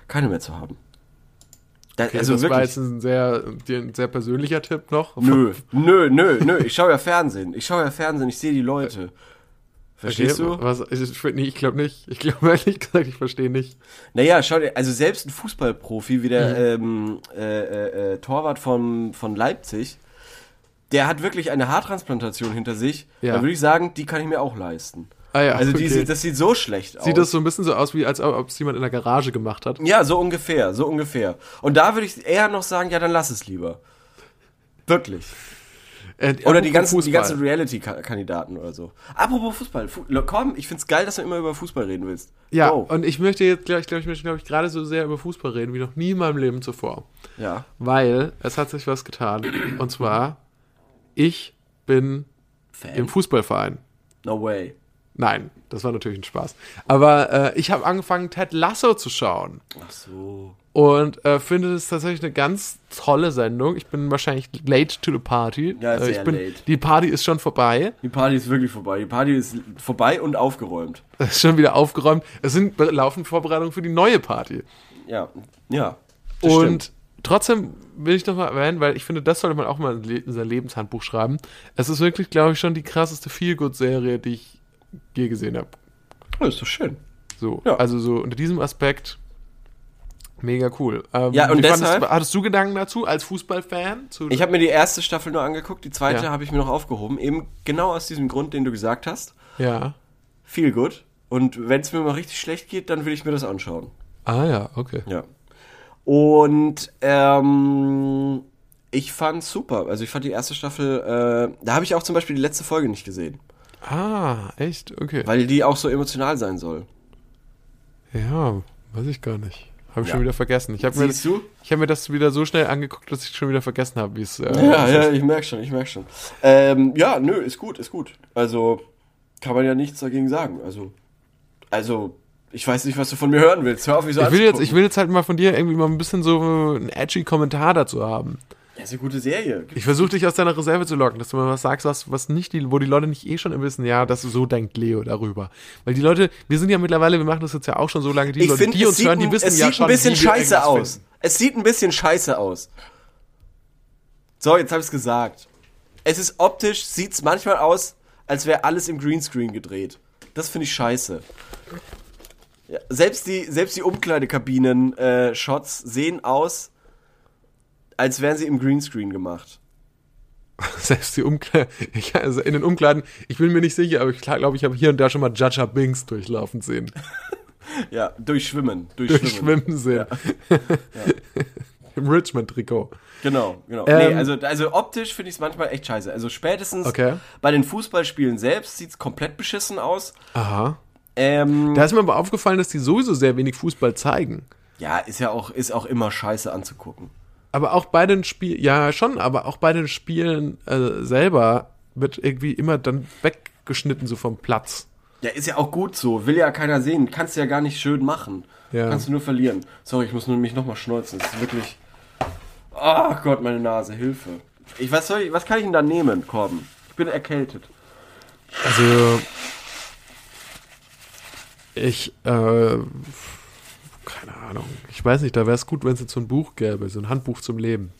Speaker 2: keine mehr zu haben. Da,
Speaker 1: Okay,
Speaker 2: also
Speaker 1: das war jetzt
Speaker 2: wirklich.
Speaker 1: ein sehr, dir ein sehr persönlicher Tipp noch.
Speaker 2: Nö, nö, nö, nö. Ich schaue ja Fernsehen. Ich schaue ja Fernsehen, ich sehe die Leute. Verstehst du?
Speaker 1: Was, ich ich, nee, ich glaube nicht. Ich glaube ehrlich gesagt, ich verstehe nicht.
Speaker 2: Naja, schau dir, also selbst ein Fußballprofi wie der
Speaker 1: Mhm.
Speaker 2: ähm, äh, äh, äh, Torwart von, von Leipzig, der hat wirklich eine Haartransplantation hinter sich.
Speaker 1: Ja.
Speaker 2: Da würde ich sagen, die kann ich mir auch leisten.
Speaker 1: Ah ja,
Speaker 2: also die,
Speaker 1: okay.
Speaker 2: sieht- das sieht so schlecht aus.
Speaker 1: Sieht das so ein bisschen so aus, wie als ob es jemand in der Garage gemacht hat.
Speaker 2: ja, so ungefähr, so ungefähr. Und da würde ich eher noch sagen, ja, dann lass es lieber. Wirklich.
Speaker 1: Äh, apropos
Speaker 2: Oder die ganzen, die
Speaker 1: Fußball.
Speaker 2: ganzen Reality-Kandidaten oder so. Apropos Fußball. Fu komm, ich find's geil, dass du immer über Fußball reden willst.
Speaker 1: Ja,
Speaker 2: Wow.
Speaker 1: und ich möchte jetzt, glaube ich, glaub, ich möchte, glaube ich, gerade so sehr über Fußball reden, wie noch nie in meinem Leben zuvor.
Speaker 2: ja.
Speaker 1: Weil es hat sich was getan. Und zwar, ich bin im
Speaker 2: Fan.
Speaker 1: Fußballverein.
Speaker 2: No way.
Speaker 1: Nein, das war natürlich ein Spaß. Aber äh, ich habe angefangen, Ted Lasso zu schauen
Speaker 2: Ach so.
Speaker 1: und äh, finde es tatsächlich eine ganz tolle Sendung. Ich bin wahrscheinlich late to the party.
Speaker 2: Ja,
Speaker 1: äh,
Speaker 2: sehr
Speaker 1: ich bin,
Speaker 2: late.
Speaker 1: Die Party ist schon vorbei,
Speaker 2: Die Party ist wirklich vorbei. Die Party ist vorbei und aufgeräumt.
Speaker 1: Es ist schon wieder aufgeräumt. Es sind laufend Vorbereitungen für die neue Party.
Speaker 2: Ja, ja. das
Speaker 1: Und
Speaker 2: stimmt.
Speaker 1: trotzdem will ich nochmal erwähnen, weil ich finde, das sollte man auch mal in Le- in sein Lebenshandbuch schreiben. Es ist wirklich, glaube ich, schon die krasseste Feelgood-Serie, die ich je gesehen habe.
Speaker 2: Ja, Oh, ist doch schön.
Speaker 1: So,
Speaker 2: Ja.
Speaker 1: also so unter diesem Aspekt mega cool. Ähm,
Speaker 2: Ja, und
Speaker 1: wie fandest
Speaker 2: deshalb-
Speaker 1: du, hattest du Gedanken dazu als Fußballfan? Zu,
Speaker 2: Ich habe mir die erste Staffel nur angeguckt, die zweite
Speaker 1: Ja.
Speaker 2: habe ich mir noch aufgehoben. Eben genau aus diesem Grund, den du gesagt hast.
Speaker 1: ja.
Speaker 2: Viel gut. Und wenn es mir mal richtig schlecht geht, dann will ich mir das anschauen.
Speaker 1: Ah ja, okay.
Speaker 2: Ja. Und ähm, ich fand super. Also ich fand die erste Staffel, äh, da habe ich auch zum Beispiel die letzte Folge nicht gesehen,
Speaker 1: Ah, echt? Okay.
Speaker 2: weil die auch so emotional sein soll.
Speaker 1: Ja, weiß ich gar nicht. Habe ich
Speaker 2: Ja.
Speaker 1: schon wieder vergessen. Ich habe mir,
Speaker 2: Siehst du?
Speaker 1: ich hab mir das wieder so schnell angeguckt, dass ich schon wieder vergessen habe, wie es. Äh,
Speaker 2: Ja,
Speaker 1: es
Speaker 2: ja,
Speaker 1: ist.
Speaker 2: ich merk schon, ich merk schon. Ähm, ja, nö, ist gut, ist gut. Also kann man ja nichts dagegen sagen. Also, also ich weiß nicht, was du von mir hören willst. Hör auf, mich so
Speaker 1: Ich will, jetzt,
Speaker 2: anzugucken.
Speaker 1: ich will jetzt halt mal von dir irgendwie mal ein bisschen so einen edgy Kommentar dazu haben.
Speaker 2: Ja, ist eine gute Serie.
Speaker 1: Ich versuche dich aus deiner Reserve zu locken, dass du mal was sagst, was, was nicht die, wo die Leute nicht eh schon wissen, ja, das so denkt Leo darüber. Weil die Leute, wir sind ja mittlerweile, wir machen das jetzt ja auch schon so lange, die
Speaker 2: Ich
Speaker 1: Leute,
Speaker 2: finde,
Speaker 1: die
Speaker 2: es
Speaker 1: uns
Speaker 2: sieht,
Speaker 1: hören, die
Speaker 2: ein-
Speaker 1: wissen
Speaker 2: es
Speaker 1: ja
Speaker 2: sieht
Speaker 1: schon,
Speaker 2: ein bisschen
Speaker 1: wie wir
Speaker 2: scheiße
Speaker 1: irgendwas
Speaker 2: aus.
Speaker 1: finden.
Speaker 2: Es sieht ein bisschen scheiße aus. So, jetzt habe ich es gesagt. Es ist optisch, sieht es manchmal aus, als wäre alles im Greenscreen gedreht. Das finde ich scheiße. Ja, selbst die, selbst die Umkleidekabinen-Shots sehen aus, als wären sie im Greenscreen gemacht.
Speaker 1: Selbst die Umkleiden, ich, also in den Umkleiden, ich bin mir nicht sicher, aber ich glaube, ich habe hier und da schon mal Judger Binks durchlaufen sehen.
Speaker 2: Ja, durchschwimmen. Durchschwimmen.
Speaker 1: Durchschwimmen sehen. Im Richmond-Trikot.
Speaker 2: Genau, genau. nee,
Speaker 1: Ähm.
Speaker 2: also, also optisch finde ich es manchmal echt scheiße. Also spätestens
Speaker 1: Okay.
Speaker 2: bei den Fußballspielen selbst sieht es komplett beschissen aus.
Speaker 1: Aha.
Speaker 2: Ähm,
Speaker 1: Da ist mir aber aufgefallen, dass die sowieso sehr wenig Fußball zeigen.
Speaker 2: ja, ist ja auch, ist auch immer scheiße anzugucken.
Speaker 1: Aber auch bei den Spielen, ja schon, aber auch bei den Spielen äh, selber wird irgendwie immer dann weggeschnitten, so vom Platz.
Speaker 2: Ja, ist ja auch gut so. Will ja keiner sehen. Kannst du ja gar nicht schön machen.
Speaker 1: Ja.
Speaker 2: Kannst du nur verlieren. Sorry, ich muss nur mich nochmal schneuzen. Das ist wirklich. Ach Gott, meine Nase, Hilfe. Ich, was, soll ich, was kann ich denn da nehmen, Korben? Ich bin erkältet.
Speaker 1: Also ich, äh, keine Ahnung. Ich weiß nicht, da wäre es gut, wenn es jetzt so ein Buch gäbe, so ein Handbuch zum Leben,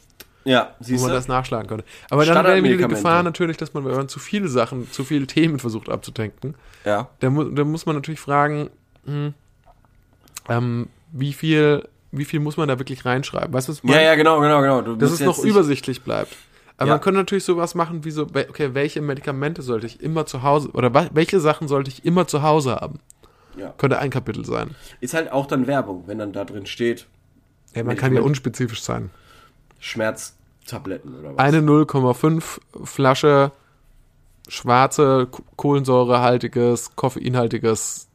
Speaker 2: Ja,
Speaker 1: wo
Speaker 2: siehst
Speaker 1: man
Speaker 2: du?
Speaker 1: das nachschlagen könnte. Aber dann wäre wieder die
Speaker 2: Standardmedikamente.
Speaker 1: Gefahr natürlich, dass man, wenn man zu viele Sachen, zu viele Themen versucht abzudenken,
Speaker 2: Ja.
Speaker 1: da, mu da muss man natürlich fragen, hm, ähm, wie viel, wie viel muss man da wirklich reinschreiben? Weißt du, was ich
Speaker 2: Ja,
Speaker 1: meine?
Speaker 2: ja, genau, genau, genau. Du
Speaker 1: dass
Speaker 2: musst
Speaker 1: es noch
Speaker 2: jetzt nicht-
Speaker 1: übersichtlich bleibt. Aber
Speaker 2: Ja.
Speaker 1: man könnte natürlich sowas machen wie so, we- okay, welche Medikamente sollte ich immer zu Hause oder wa- welche Sachen sollte ich immer zu Hause haben?
Speaker 2: Ja.
Speaker 1: Könnte ein Kapitel sein.
Speaker 2: Ist halt auch dann Werbung, wenn dann da drin steht,
Speaker 1: Ja, man kann ja
Speaker 2: Medikament.
Speaker 1: unspezifisch sein.
Speaker 2: Schmerztabletten oder was.
Speaker 1: Eine 0,5 Flasche schwarze, K- kohlensäurehaltiges, koffeinhaltiges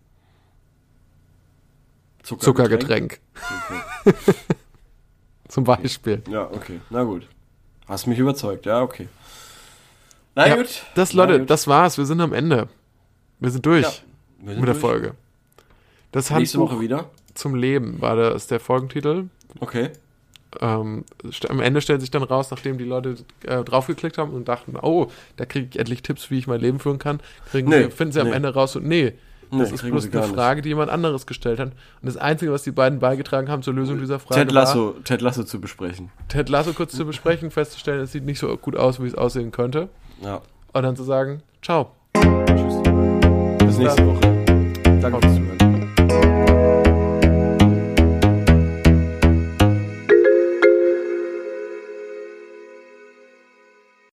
Speaker 1: Zuckergetränk. Zum Beispiel.
Speaker 2: Ja, okay. Na gut. Hast mich überzeugt, ja, okay. Na
Speaker 1: Ja,
Speaker 2: gut.
Speaker 1: das,
Speaker 2: Na
Speaker 1: Leute,
Speaker 2: gut.
Speaker 1: das war's. Wir sind am Ende. Wir sind durch
Speaker 2: Ja, wir sind
Speaker 1: mit der
Speaker 2: durch.
Speaker 1: Folge. Das
Speaker 2: Nächste
Speaker 1: Handbuch
Speaker 2: Woche wieder.
Speaker 1: zum Leben war das der Folgentitel.
Speaker 2: Okay.
Speaker 1: Ähm, st- am Ende stellt sich dann raus, nachdem die Leute äh, draufgeklickt haben und dachten, oh, da kriege ich endlich Tipps, wie ich mein Leben führen kann, kriegen
Speaker 2: Nee,
Speaker 1: sie, finden sie am
Speaker 2: nee.
Speaker 1: Ende raus und nee, das
Speaker 2: Nee,
Speaker 1: ist
Speaker 2: kriegen
Speaker 1: bloß
Speaker 2: sie
Speaker 1: eine
Speaker 2: gar nicht.
Speaker 1: Frage, die jemand anderes gestellt hat. Und das Einzige, was die beiden beigetragen haben zur Lösung dieser Frage
Speaker 2: Ted Lasso, Ted Lasso zu besprechen.
Speaker 1: war, Ted Lasso kurz zu besprechen, festzustellen, es sieht nicht so gut aus, wie es aussehen könnte.
Speaker 2: Ja.
Speaker 1: Und dann zu sagen, ciao.
Speaker 2: Tschüss. Bis nächste Woche. Danke fürs Zuhören.